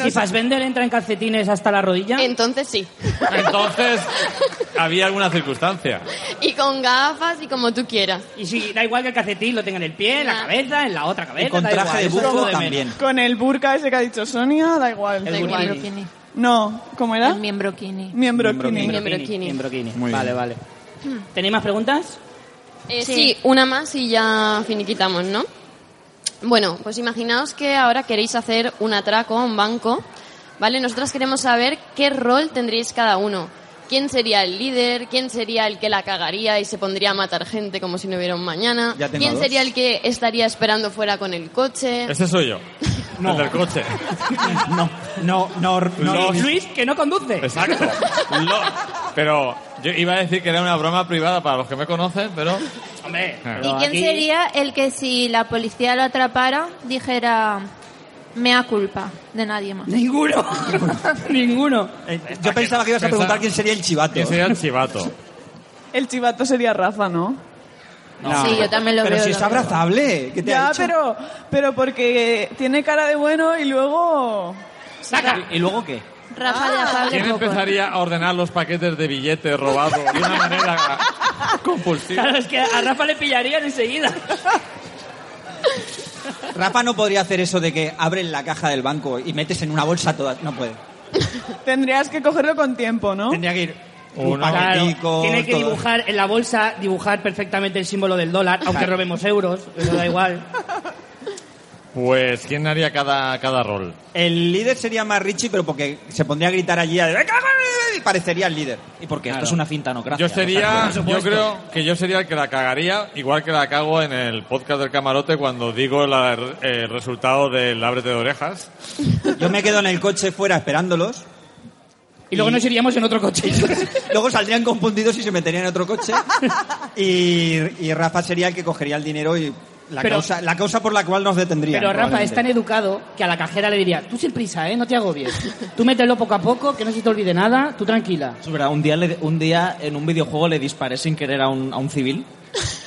C: si Fassbender entra en calcetines hasta la rodilla...
H: Entonces sí. <laughs>
B: Entonces, había alguna circunstancia.
H: Y con gafas y como tú quieras.
C: Y si da igual que el calcetín lo tenga en el pie, en la
F: Ah.
H: Nah.
C: cabeza, en la otra cabeza...
E: Y con
C: da
E: traje
C: igual,
E: de
C: eso es lo
E: bufo
C: menos.
E: también.
G: Con el burka ese que ha dicho Sonia, da igual.
H: Da igual.
F: Miembroquini.
G: No, ¿cómo era?
F: El miembroquini.
G: Miembroquini.
H: Miembroquini.
C: Miembroquini. miembroquini.
E: Muy
C: Vale,
E: bien.
C: vale. ¿Tenéis más preguntas?
H: Eh,
F: Sí.
H: sí. una más y ya finiquitamos, ¿no? Bueno, pues imaginaos que ahora queréis hacer un atraco a un banco, ¿vale? Nosotras queremos saber qué rol tendríais cada uno. ¿Quién sería el líder? ¿Quién sería el que la cagaría y se pondría a matar gente como si no hubiera un mañana?
E: Ya tengo
H: ¿Quién
E: dos.
H: sería el que estaría esperando fuera con el coche?
B: Ese soy yo.
E: No.
B: El del coche.
E: No, no, no. no.
B: Los-
C: Luis, que no conduce.
B: Exacto. Lo- Pero yo iba a decir que era una broma privada para los que me conocen, pero
C: Hombre,
B: Ah.
F: ¿Y
C: pero
F: quién
C: aquí-
F: sería el que si la policía lo atrapara dijera mea culpa de nadie más?
C: Ninguno. Ninguno.
E: Eh, Yo pensaba que ibas a preguntar quién sería el chivato.
B: yo soy el chivato.
G: El chivato sería Rafa, ¿no?
E: No.
F: Sí, yo también lo
E: Pero
F: veo,
E: si
F: lo
E: es
F: veo.
E: abrazable. ¿Qué te ha
G: Ya,
E: hecho?
G: pero, pero porque tiene cara de bueno y luego...
C: Saca.
N: ¿Y luego qué?
F: Rafa de afable
B: ¿Quién
F: poco.
B: empezaría a ordenar los paquetes de billetes robados de una manera compulsiva?
C: Claro, es que a Rafa le pillarían enseguida.
E: Rafa no podría hacer eso de que abren la caja del banco y metes en una bolsa todas. No puede.
G: Tendrías que cogerlo con tiempo, ¿no?
E: Tendría que ir un
B: Uno.
E: paquetico.
C: Claro, tiene que
E: todo.
C: dibujar en la bolsa, dibujar perfectamente el símbolo del dólar, aunque robemos euros, eso da igual.
B: Pues, ¿quién haría cada, cada rol?
E: El líder sería más Richie, pero porque se pondría a gritar allí a- y parecería el líder.
N: Y porque
C: Claro.
N: esto es una finta no gracia.
B: Yo sería,
N: O sea,
B: yo creo que yo sería el que la cagaría, igual que la cago en el podcast del camarote cuando digo la- el resultado del ábrete de orejas.
E: Yo me quedo en el coche fuera esperándolos.
C: Y luego nos iríamos en otro
E: <laughs>
C: coche.
E: Luego saldrían confundidos y se meterían en otro coche. Y, y Rafa sería el que cogería el dinero y la,
C: Pero-
E: causa, la causa por la cual nos detendrían.
C: Pero Rafa es
E: probablemente.
C: tan educado que a la cajera le diría, tú sin prisa, ¿eh? no te agobies. Tú mételo poco a poco, que no se te olvide nada, tú tranquila.
N: Es verdad, un día, le- un día en un videojuego le disparé sin querer a un, a un civil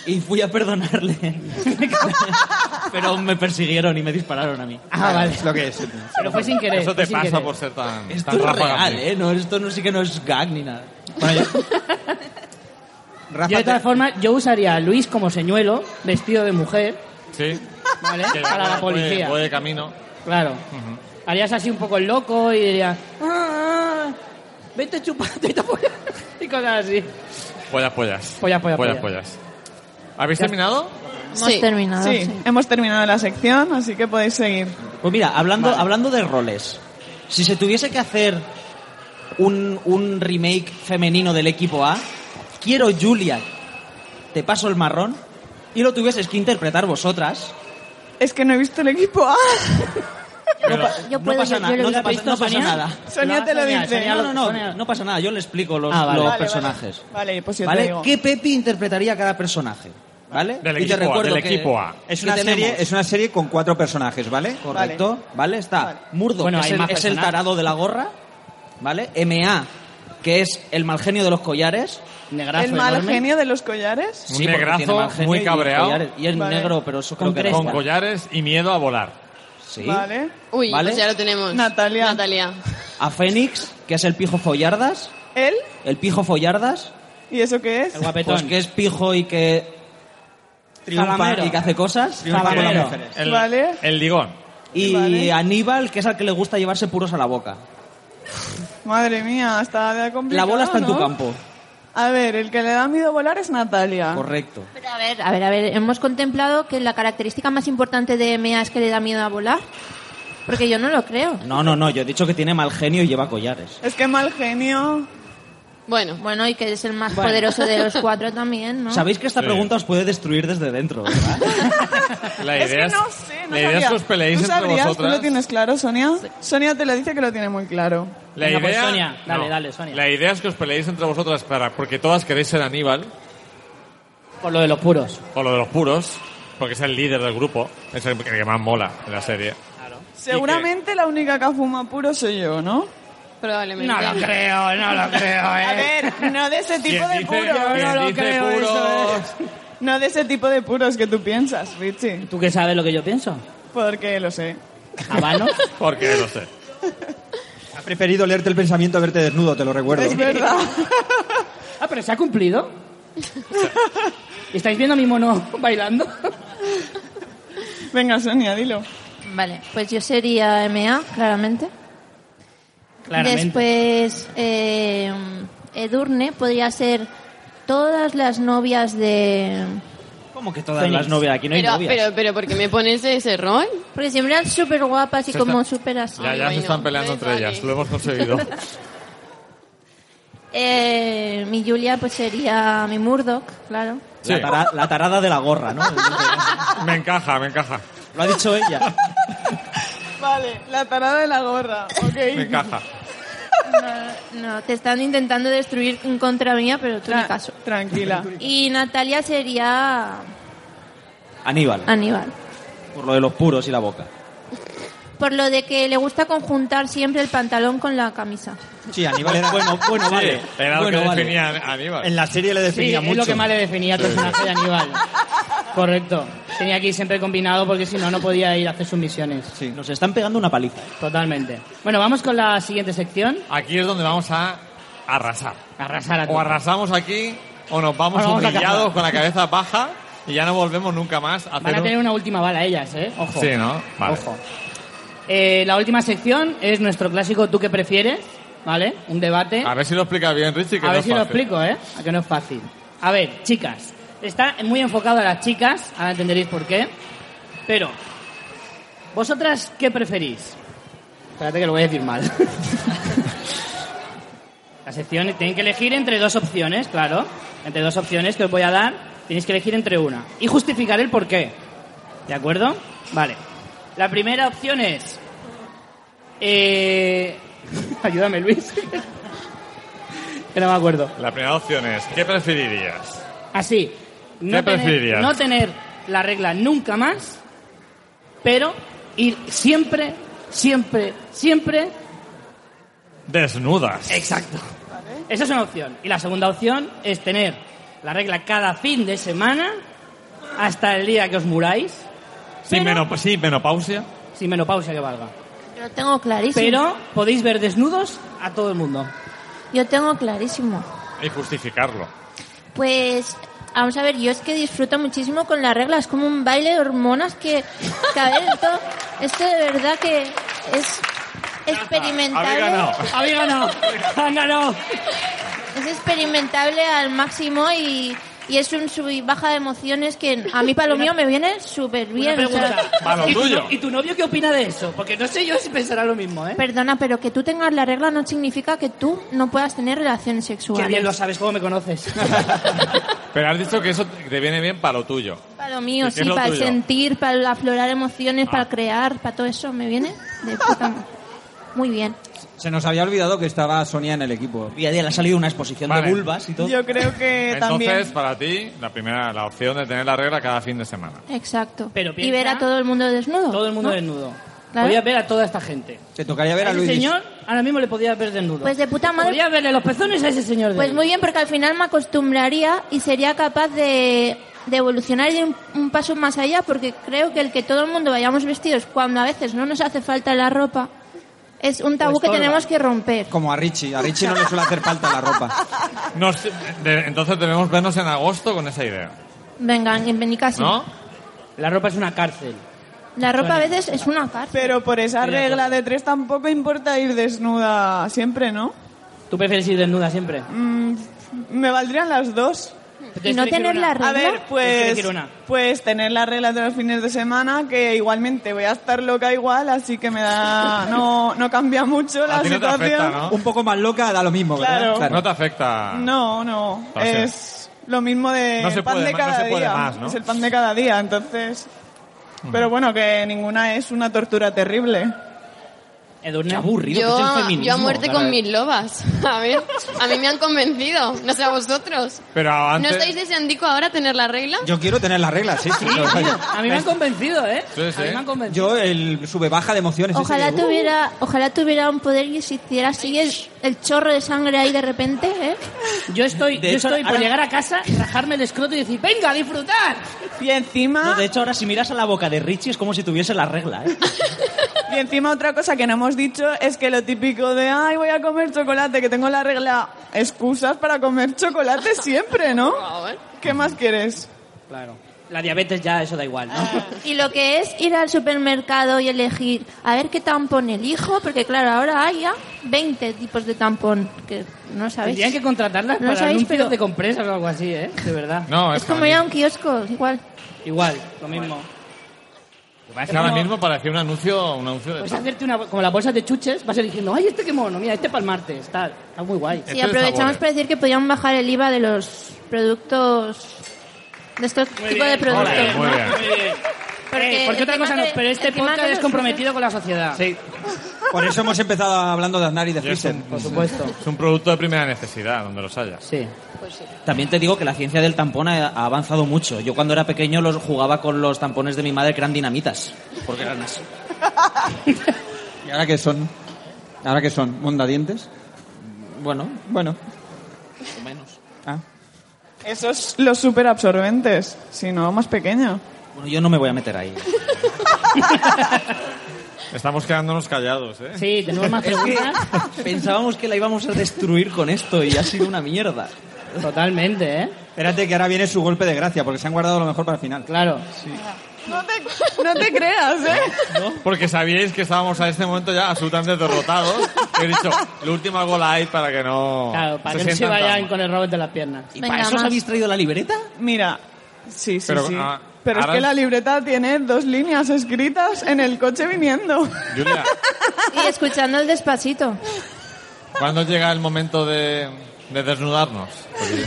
N: y fui a perdonarle. <laughs> Pero me persiguieron y me dispararon a mí.
E: Ah, vale. Es lo que es.
C: Pero fue sin querer.
B: Eso te
C: fue sin
B: pasa
C: querer.
B: por ser tan,
N: Esto
B: tan
N: es
B: ráfaga.
N: real, ¿eh? No, esto no sí que no es gag ni nada.
E: Bueno, yo... Rafa,
C: Yo, de todas
E: te-
C: formas, yo usaría a Luis como señuelo, vestido de mujer,
B: Sí.
C: ¿vale?
B: <laughs> Que
C: <laughs> Para la
B: puede-
C: policía.
B: Puede de camino.
C: Claro. Harías así un poco el loco y dirías, "Ah, ah, <laughs> vete chupando y te voy a-" y cosas así.
B: Pollas, pollas.
C: Pollas, pollas,
B: Pollas,
C: pollas.
B: pollas. ¿Habéis terminado?
F: Hemos
H: Sí.
F: terminado.
G: Sí,
F: sí.
G: hemos terminado la sección, así que podéis seguir.
N: Pues mira, hablando, hablando de roles, si se tuviese que hacer un, un remake femenino del equipo A, quiero Julia, te paso el marrón, y lo tuvieses que interpretar vosotras.
G: Es que no he visto el equipo <laughs> Ah, A.
N: No, pa-
F: yo
N: no
F: puedo,
N: pasa
F: yo-
N: nada,
F: yo lo
N: no,
F: he
N: te pasa-
C: visto,
N: no pasa
C: Sonia.
N: nada.
G: Sonia te lo
C: Sonia,
G: dice.
C: Sonia,
N: No,
C: lo-
N: no, no, no pasa nada, yo le explico los,
C: Ah, vale.
N: los
C: Vale,
G: vale.
N: personajes.
G: Vale, pues yo te
N: ¿Vale?
G: digo.
N: ¿Qué Pepi interpretaría cada personaje? ¿Vale?
B: Del
N: Y te
B: equipo A,
N: recuerdo
B: del
N: que-
B: equipo A.
E: es
N: que
E: una
N: tenemos-
E: serie, es una serie con cuatro personajes, ¿vale?
N: Correcto, ¿vale? Está
G: Vale.
N: Murdo,
C: Bueno,
N: que
C: hay
N: es
C: más
N: el, es el
C: personajes.
N: tarado de la gorra, ¿vale? MA, que es el mal genio de los collares.
C: Negrazo
G: El mal
C: enorme.
G: genio de los collares.
B: Un
N: porque
B: negrazo
N: tiene mal genio
B: muy
N: y
B: cabreado.
N: collares. Y es
G: Vale.
N: negro, pero eso creo
C: Con
N: que
C: tres.
N: no.
B: Con collares y miedo a volar.
N: Sí.
G: Vale.
H: Uy,
N: ¿Vale?
H: pues ya lo tenemos.
G: Natalia.
H: Natalia.
N: A Fénix, que es el pijo follardas.
G: ¿Él?
N: El pijo follardas,
G: ¿Y eso qué es?
C: El guapetón.
N: pues que es pijo y que triunfa
C: Zalamero.
N: y que hace cosas.
C: Triunfa con las
N: Zalamero.
C: mujeres.
B: El,
G: Vale.
B: el ligón.
N: Y
G: Vale.
N: Aníbal, que es al que le gusta llevarse puros a la boca.
G: Madre mía, está
N: La
G: complicado.
N: bola está en tu
G: ¿no?
N: campo.
G: A ver, el que le da miedo volar es
C: Ah.
G: Natalia.
N: Correcto.
F: Pero a ver, a ver, a ver, hemos contemplado que la característica más importante de MA es que le da miedo a volar. Porque yo no lo creo.
N: No, no, no, yo he dicho que tiene mal genio y lleva collares.
G: Es que mal genio.
H: Bueno,
F: Bueno, y que es el más poderoso de los cuatro también, ¿no?
N: Sabéis que esta
B: Sí.
N: pregunta os puede destruir desde dentro, ¿verdad?
B: La
G: Es
B: idea
G: que
B: es,
G: no sé, no
B: la idea es
G: sabría.
B: que os peleéis
G: ¿Tú
B: entre
G: sabrías? ¿Tú lo
B: vosotras.
G: tienes claro, Sonia? Sonia te lo dice que lo tiene muy claro.
B: La
C: Venga, pues,
B: idea,
C: Sonia. Dale, dale, Sonia.
B: La idea es que os peleéis entre vosotras para, porque todas queréis ser Aníbal,
C: Por lo de los puros.
B: o lo de los puros, porque es el líder del grupo, es el que más mola en la serie.
G: Seguramente la única que fuma puro soy yo, ¿no?
H: probablemente.
C: creo, no lo creo,
G: A ver, no de ese tipo
B: ¿Quién
G: de
B: dice-
G: puros.
B: quién
C: no lo
B: dice
C: creo, eso
B: puros?
G: No de ese tipo de puros que tú piensas, Richie.
C: ¿Tú qué sabes lo que yo
N: <laughs>
C: pienso?
G: Porque lo sé.
C: ¿Habano?
B: Porque no sé.
E: <laughs> Ha preferido leerte el pensamiento a verte desnudo, te lo recuerdo.
G: Es verdad. <laughs>
C: ah, pero se
N: <laughs>
C: ha cumplido. ¿Estáis viendo a mi mono bailando?
G: Venga, Sonia, dilo.
F: Vale, pues yo sería MA, claramente.
C: Claramente.
F: Después, eh, Edurne podría ser todas las novias de...
N: Como que todas
C: Fénix.
N: las novias? Aquí no hay
H: Pero,
N: novias.
H: pero, pero, ¿por qué me pones ese rol?
F: Porque siempre eran súper guapas y
B: Se
F: como
B: está-
F: súper así.
B: Ya, ya
H: Ay,
B: se están
H: no,
B: peleando
H: no
B: entre
H: vale.
B: ellas, lo hemos
G: <laughs>
B: conseguido.
F: Eh, mi Julia pues sería mi Murdoch, claro.
B: Sí.
N: La, tara- la tarada de la gorra, ¿no?
B: Me encaja, me encaja,
N: Lo ha dicho ella.
G: Vale, la tarada de la gorra.
B: me
G: Ok.
B: encaja.
F: No, no, te están intentando destruir en contra mía, pero tú ni
G: Tra-
F: caso.
G: Tranquila.
F: Y Natalia sería
N: Aníbal,
C: Ah.
F: Aníbal.
N: por lo de los puros y la boca.
F: Por lo de que le gusta conjuntar siempre el pantalón con la camisa.
E: Sí, Aníbal era...
N: Bueno, bueno,
B: Sí,
N: vale.
B: era lo
N: Bueno,
B: que
N: vale.
B: definía a Aníbal.
E: En la serie le
C: Sí,
E: definía
C: es
E: mucho.
C: lo que más le definía al personaje de Aníbal. Correcto. Tenía que ir siempre combinado porque si no, no podía ir a hacer sus misiones.
E: Sí.
N: Nos están pegando una paliza.
C: Totalmente. Bueno, vamos con la siguiente sección.
B: Aquí es donde vamos a arrasar.
C: Arrasar a
B: O
C: todos.
B: arrasamos aquí o nos vamos,
C: O nos vamos a
B: humillados
C: casa.
B: con la cabeza baja y ya no volvemos nunca más a hacer
C: Van a
B: un-
C: tener una última bala ellas, ¿eh? Ojo.
B: Sí, ¿no? Vale.
C: Ojo. Eh, la última sección es nuestro clásico ¿Tú qué prefieres? ¿Vale? Un debate.
B: A ver si lo explica bien, Richie. Que
C: A
B: no
C: ver
B: es
C: si lo
B: fácil.
C: explico, ¿eh? A que no es fácil. A ver, chicas. Está muy enfocado a las chicas, ahora entenderéis por qué. Pero, ¿vosotras qué preferís? Espérate que lo voy a decir mal. <laughs> las secciones tienen que elegir entre dos opciones, claro. Entre dos opciones que os voy a dar, tenéis que elegir entre una. Y justificar el por qué. ¿De acuerdo? Vale. La primera opción es... eh, <laughs> Ayúdame, Luis. <laughs> que no me acuerdo.
B: La primera opción es, ¿qué preferirías?
C: Así. No tener,
B: preferirías?
C: no tener la regla nunca más, pero ir siempre, siempre, siempre.
B: Desnudas.
C: Exacto. Esa es una opción. Y la segunda opción es tener la regla cada fin de semana hasta el día que os muráis,
B: Sin, menop- sin menopausia.
C: Sin menopausia que valga.
F: Lo tengo clarísimo.
C: Pero podéis ver desnudos a todo
B: <laughs>
C: el mundo.
F: Yo tengo clarísimo.
B: Y justificarlo.
F: Pues, vamos a ver, yo es que disfruto muchísimo con las reglas, como un baile de hormonas que, que a ver, esto, esto de verdad que es
B: Habéis ganado.
F: experimentable.
C: ¡Habéis ganado! ¡Han ganado!
F: Es experimentable al máximo y, y es un sub y baja de emociones que a mí para lo mío me viene súper
C: Una
F: bien. o sea,
C: pregunta.
B: Va lo
C: ¿Y tu,
B: tuyo.
C: no- ¿Y tu novio qué opina de eso? Porque no sé yo si pensará lo mismo, ¿eh?
F: perdona, pero que tú tengas la regla no significa que tú no puedas tener relaciones sexuales.
C: Qué bien lo sabes, cómo
B: <laughs>
C: me conoces.
B: Pero has dicho que eso te viene bien para lo tuyo.
F: Para lo mío,
B: ¿Y qué
F: sí,
B: es lo
F: para
B: tuyo?
F: sentir, para aflorar emociones,
C: Ah.
F: para crear, para todo eso, me viene de puta madre. Muy bien.
E: Se nos había olvidado que estaba Sonia en el equipo.
N: Día a día le ha salido una exposición
B: Vale.
N: de vulvas y todo.
G: Yo creo que
B: Entonces,
G: también.
B: para ti, la primera, la opción de tener la regla cada fin de semana.
F: Exacto.
C: Pero
F: y ver
C: piensa-
F: a todo el mundo desnudo.
C: Todo el mundo
F: ¿no?
C: desnudo.
F: Claro.
C: Podías ver a toda esta gente.
E: Te tocaría ver
C: A
E: a
C: ese
E: Luis.
C: señor, ahora mismo le podías ver desnudo.
F: Pues de puta madre.
C: Podías verle los pezones a ese señor. de
F: Pues
C: ahí.
F: muy bien, porque al final me acostumbraría y sería capaz de, de evolucionar y de un, un paso más allá, porque creo que el que todo el mundo vayamos vestidos cuando a veces no nos hace falta la ropa es un tabú
C: Pues
F: que
C: todo
F: tenemos
C: va.
F: que romper.
E: Como a Richie. A Richie no le suele hacer falta la ropa.
B: Nos- de- entonces debemos vernos en agosto con esa idea,
F: Venga, en en mi caso.
B: ¿no?
C: La ropa es una cárcel.
F: La ropa a veces es una cárcel.
G: Pero por esa
C: Estoy de
G: regla de tres tampoco importa ir desnuda siempre, ¿no?
C: ¿Tú prefieres ir desnuda siempre?
G: Mm, me valdrían las dos.
F: Y no tener la regla.
G: A ver,
C: Yo sí que
G: pues,
C: quiero una.
G: pues tener las reglas de los fines de semana, que igualmente voy a estar loca igual, así que me da. No, no cambia mucho la
B: A ti no te
G: situación.
B: afecta, ¿no?
E: Un poco más loca da lo mismo, ¿verdad?
G: Claro.
B: No te afecta.
G: No, no.
B: O sea,
G: es lo mismo de
B: Ah, no se
G: el pan
B: puede
G: de
B: más, no
G: cada
B: se puede
G: día.
B: más, ¿no? Mm.
G: Es el pan de cada día, entonces. Pero bueno, que ninguna es una tortura terrible.
C: Edurne.
N: Qué aburrido.
H: Yo,
N: que es el
H: a-
N: feminismo,
H: yo a muerte
N: cara.
H: con mis lobas. <laughs> A ver, a mí me han convencido. No sé a vosotros.
B: Pero antes...
H: ¿No estáis deseando ahora tener la regla?
E: Yo quiero tener las reglas, sí, sí. lo-
C: A mí me han convencido, ¿eh?
B: Sí, sí.
C: A mí me han convencido.
E: Yo, el sube baja de emociones. ese
F: Ojalá
E: que-
F: tuviera, ojalá tuviera un poder y se hiciera así el, el chorro de sangre ahí de repente, ¿eh?
C: Yo, estoy,
N: De
C: yo
N: hecho,
C: estoy por
N: ahora-
C: llegar a casa, rajarme el escroto y decir, venga, a disfrutar.
G: Y encima.
N: No, de hecho, ahora si miras a la boca de Richie es como si tuviese la regla, ¿eh?
G: Y encima otra cosa que no hemos dicho es que lo típico de, ay, voy a comer chocolate, que tengo la regla, excusas para comer chocolate siempre, <laughs> ¿no?
H: Por favor.
G: ¿Qué más quieres?
C: Claro. La diabetes ya, eso da igual, ¿no?
F: Y lo que es ir al supermercado y elegir a ver qué tampón elijo, porque claro, ahora hay ya 20 tipos de tampón que no sabéis.
C: Tendrían que contratarlas
F: No
C: para
F: sabéis,
C: anuncios
F: pero-
C: de compresas o algo así, ¿eh? De verdad.
B: No,
F: Es como ir a un kiosco, igual.
C: Igual, lo mismo.
B: Es que ahora mismo parecía un anuncio, un anuncio de...
C: Puedes Pues hacerte una... Como las bolsas de chuches, vas eligiendo, ay, este qué mono, mira, este para el martes, tal. Está muy guay.
B: Esto
F: Sí,
B: es
F: aprovechamos
B: sabores.
F: para decir que podían bajar el IVA de los productos, de este tipo de productos.
B: Muy bien, muy
F: ¿no?
B: bien.
F: Porque
C: Eh, porque otra
F: encima
C: cosa no,
F: que-
C: pero este
F: encima que
C: podcast es
F: los-
C: comprometido con la sociedad.
E: Sí. Por eso hemos empezado hablando de Aznar y de
B: Y es
E: Fischer.
B: un-
C: Por supuesto.
B: Es un producto de primera necesidad, donde los hayas.
C: Sí.
N: También te digo que la ciencia del tampón ha ha avanzado mucho. Yo cuando era pequeño los jugaba con los tampones de mi madre que eran dinamitas. Porque eran así.
E: <laughs> ¿Y ahora qué son? ¿Ahora qué son? ¿Mondadientes?
N: Bueno,
E: Bueno.
N: menos.
E: Ah.
G: Esos los super absorbentes, si no, más pequeño.
N: Bueno, yo no me voy a meter ahí.
B: Estamos quedándonos callados, ¿eh?
C: Sí, tenemos <laughs> más preguntas.
N: Pensábamos que la íbamos a destruir con esto y ha sido una mierda.
C: Totalmente, ¿eh?
E: Espérate que ahora viene su golpe de gracia, porque se han guardado lo mejor para el final.
C: Claro.
G: No te, <laughs> no te creas, ¿eh?
B: Porque sabíais que estábamos a este momento ya absolutamente derrotados. He dicho, lo último hago light para que no.
C: Claro, para que no se
B: sientan tan
C: vayan
B: mal.
C: con el robot de las piernas.
N: ¿Y
F: Venga,
N: para eso os
F: más.
N: habéis traído la libreta?
G: Mira, sí, sí,
B: Pero,
G: sí.
B: ah,
G: Pero es
B: ahora-
G: que la libreta tiene dos líneas escritas en el coche viniendo. <laughs>
B: Julia,
F: Y escuchando el despacito.
B: ¿cuándo llega el momento de, de desnudarnos? Porque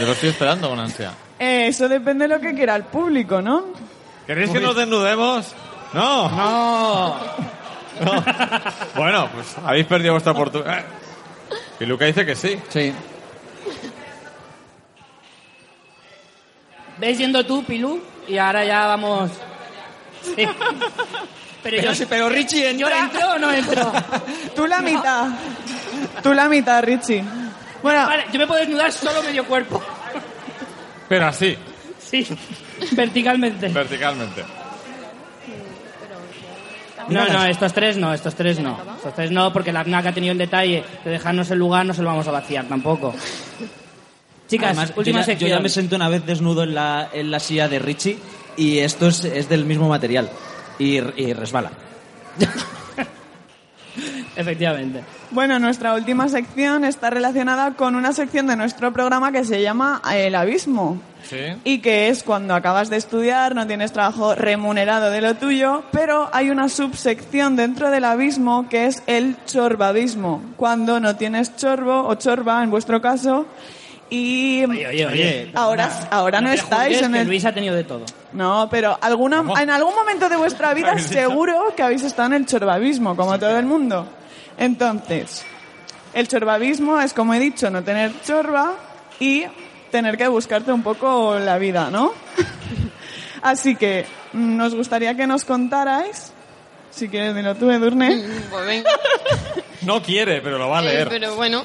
B: Yo lo estoy esperando con ansia.
G: Eh, eso depende de lo que quiera el público, ¿no?
B: ¿Queréis que nos desnudemos? No. No. <laughs> Bueno, pues habéis perdido vuestra oportunidad. Y Luca dice que sí.
E: Sí.
C: ¿Ves yendo tú, Pilu? Y ahora ya vamos... <laughs> Sí. Pero yo...
E: Pero Richie
C: ¿Yo entro o no <laughs> entro?
G: Tú la mitad. Tú la mitad, Richie. Bueno,
C: Vale, yo me puedo desnudar solo medio cuerpo.
B: Pero así,
C: <laughs> Sí, verticalmente.
B: verticalmente.
C: No, no, estos tres no, estos tres no. Estos tres no, porque la FNAC ha tenido el detalle de dejarnos el lugar, no se lo vamos a vaciar
N: <laughs>
C: tampoco. Chicas,
N: Además, yo
C: última
N: ya-
C: sección.
N: Yo ya me senté una vez desnudo en la, en la silla de Richie y esto es, es del mismo material y, y resbala.
C: Efectivamente.
G: Bueno, nuestra última sección está relacionada con una sección de nuestro programa que se llama El Abismo.
B: Sí.
G: Y que es cuando acabas de estudiar, no tienes trabajo remunerado de lo tuyo, pero hay una subsección dentro del abismo que es el chorbadismo. Cuando no tienes chorbo o chorba, en vuestro caso, y
C: Oye, oye.
G: ahora, ahora no,
C: te
G: estáis
C: juzgues,
G: en
C: que
G: el...
C: Luis ha tenido de todo.
G: No, pero alguna, en algún momento de
E: <laughs>
G: vuestra vida seguro que habéis estado en el chorbabismo, como todo el mundo. Entonces, el chorbabismo es, como he dicho, no tener chorba y tener que buscarte un poco la vida, ¿no? <laughs> Así que mm, nos gustaría que nos contarais, si quieres dilo tú, Edurne,
H: Mm, Pues venga.
B: No quiere, pero lo va a
H: Eh,
B: leer.
H: pero bueno,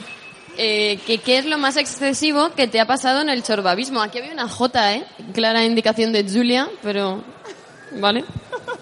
H: eh, ¿qué, qué es lo más excesivo que te ha pasado en el chorbabismo? Aquí había una J, ¿eh? Clara indicación de Julia, pero... ¿Vale?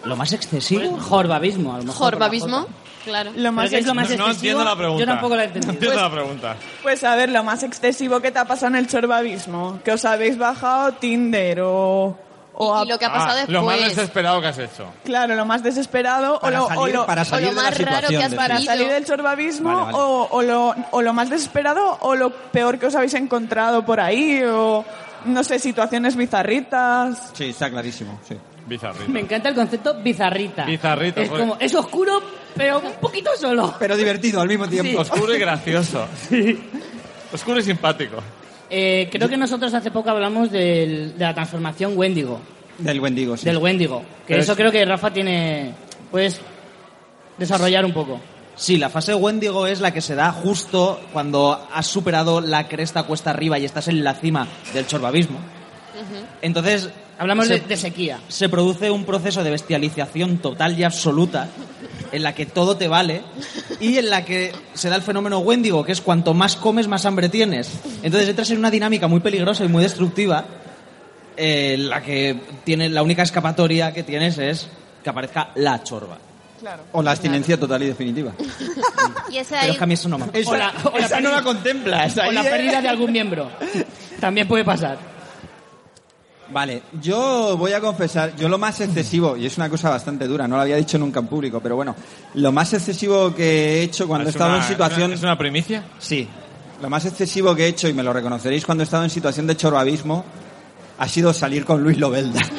N: Lo más excesivo.
C: Jorbabismo, Pues, a lo mejor.
H: Jorbabismo, claro.
G: lo más
C: ¿Pero qué es lo
B: No,
C: más
B: no
C: excesivo?
B: entiendo la pregunta.
C: Yo tampoco la he
B: No
C: entendido.
B: entiendo la pregunta.
G: Pues a ver, lo más excesivo que te ha pasado en el chorbabismo, que os habéis bajado Tinder o... o
H: Y,
G: a-
H: y lo que ha pasado
B: Ah,
H: después.
B: Lo más
C: pues-
B: desesperado que has hecho.
G: Claro, lo más desesperado
E: Para
G: o lo... o
E: salir,
G: lo-
E: para salir de la
H: más raro que
E: situación.
H: has
E: decís.
G: para
H: Sí.
G: salir del chorbabismo
E: Vale, vale.
G: O, o lo, o lo más desesperado o lo peor que os habéis encontrado por ahí o no sé, situaciones bizarritas.
E: Sí, está clarísimo. Sí.
B: Bizarrito.
C: Me encanta el concepto bizarrita.
B: Bizarrita,
C: Es
B: joder.
C: como, es oscuro, pero un poquito solo.
E: Pero divertido al mismo tiempo.
B: Oscuro y gracioso. Oscuro y simpático.
C: Eh, creo que nosotros hace poco hablamos del- de la transformación Wendigo,
E: Del Wendigo, sí.
C: del Wendigo. Que
B: Pero
C: eso
B: es-
C: creo que Rafa tiene. Puedes desarrollar un poco.
N: Sí, la fase Wendigo es la que se da justo cuando has superado la cresta cuesta arriba y estás en la cima del chorbabismo. Entonces,
C: Hablamos
N: se-
C: de, de sequía.
N: se produce un proceso de bestialización total y absoluta en la que todo te vale y en la que se da el fenómeno Wendigo, que es cuanto más comes, más hambre tienes. Entonces entras en una dinámica muy peligrosa y muy destructiva eh, en la que tiene, la única escapatoria que tienes es que aparezca la chorba.
E: O la abstinencia total y definitiva.
F: Y esa
N: Pero
F: ahí,
N: es que a mí eso no me
E: Esa,
C: O la- o la
E: esa no
C: pérdida-
E: la contemplas.
C: O
E: ahí,
C: la
E: ¿eh?
C: pérdida de algún miembro. También puede pasar.
E: Vale, yo voy a confesar, yo lo más excesivo, y es una cosa bastante dura, no lo había dicho nunca en público, pero bueno, lo más excesivo que he hecho cuando he
B: Es
E: estado
B: una-
E: en situación...
B: ¿Es una primicia?
E: Sí, lo más excesivo que he hecho, y me lo reconoceréis cuando he estado en situación de chorabismo, ha sido salir con Luis Lobelda. <laughs>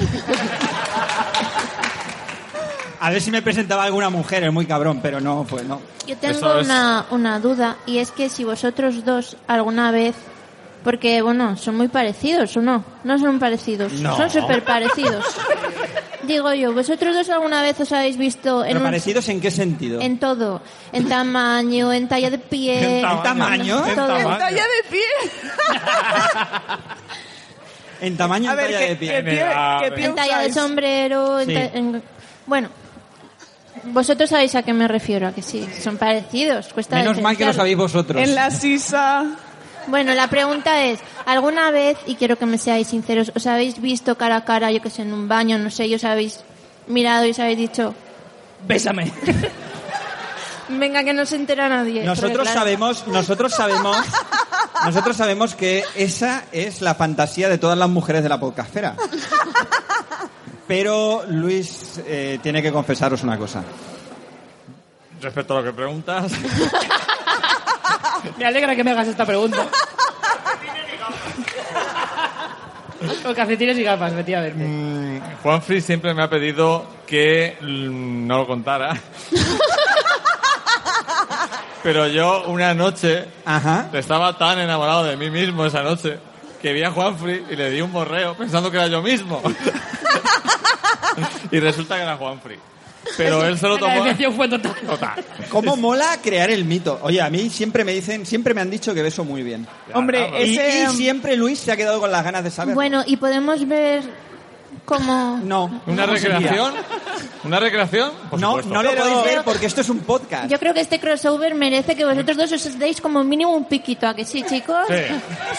E: A ver si me presentaba alguna mujer, es muy cabrón, pero no, pues no.
F: yo tengo
B: Eso es-
F: una, una duda y es que si vosotros dos alguna vez, porque bueno, son muy parecidos o no, no son parecidos,
E: No.
F: son
E: <laughs>
F: súper parecidos. Digo yo, vosotros dos alguna vez os habéis visto en
E: ¿Pero
F: un-
E: parecidos en qué sentido?
F: en todo, en tamaño, en talla de pie,
B: En tamaño.
E: ¿En
F: todo.
B: tamaño?
G: Talla de pie.
E: En tamaño
G: A
E: o
G: ver,
E: talla
G: ¿qué,
E: de
G: qué
E: pie.
G: pie,
B: Ah,
G: qué
B: a
G: pie
F: En talla de
G: usáis?
F: sombrero, en
E: Sí.
F: ta- en- bueno. Vosotros sabéis a qué me refiero, a que sí, son parecidos, cuesta
E: Menos mal que lo
F: diferenciarlos.
E: sabéis vosotros.
G: En la sisa.
F: Bueno, la pregunta es, ¿alguna vez, y quiero que me seáis sinceros, os habéis visto cara a cara, yo que sé, en un baño, no sé, y os habéis mirado y os habéis dicho,
C: Bésame.
F: <laughs> venga, que no se entera nadie? Porque,
E: Nosotros
F: claro,
E: sabemos, nosotros sabemos, nosotros sabemos que esa es la fantasía de todas las mujeres de la podcastera. Pero Luis eh, tiene que confesaros una cosa.
B: Respecto a lo que preguntas,
C: Me alegra que me hagas esta
F: <laughs>
C: pregunta. Con calcetines y gafas, efectivamente.
B: mm, Juanfrey siempre me ha pedido que mm, no lo contara. Pero yo una noche
E: Ajá.
B: estaba tan enamorado de mí mismo esa noche que vi a Juanfrey y le di un morreo pensando que era yo mismo. y resulta que era Juanfrey. Pero él se lo ¿eh?
C: La
B: tomó.
C: decepción fue total.
B: Total.
E: ¿Cómo mola crear el mito? Oye, a mí siempre me dicen, siempre me han dicho que beso muy bien.
G: Hombre,
B: claro.
E: Y,
G: ese...
E: Ah, y siempre Luis se ha quedado con las ganas de saber.
F: Bueno, y podemos ver cómo...
E: No.
B: ¿Una
E: ¿Cómo sería?
B: recreación? ¿Una recreación? Por
E: No,
B: supuesto.
E: no lo
G: Pero-
E: podéis ver porque esto es un podcast.
F: Yo creo que este crossover merece que vosotros dos os deis como mínimo un piquito, ¿a que sí, chicos?
B: Sí,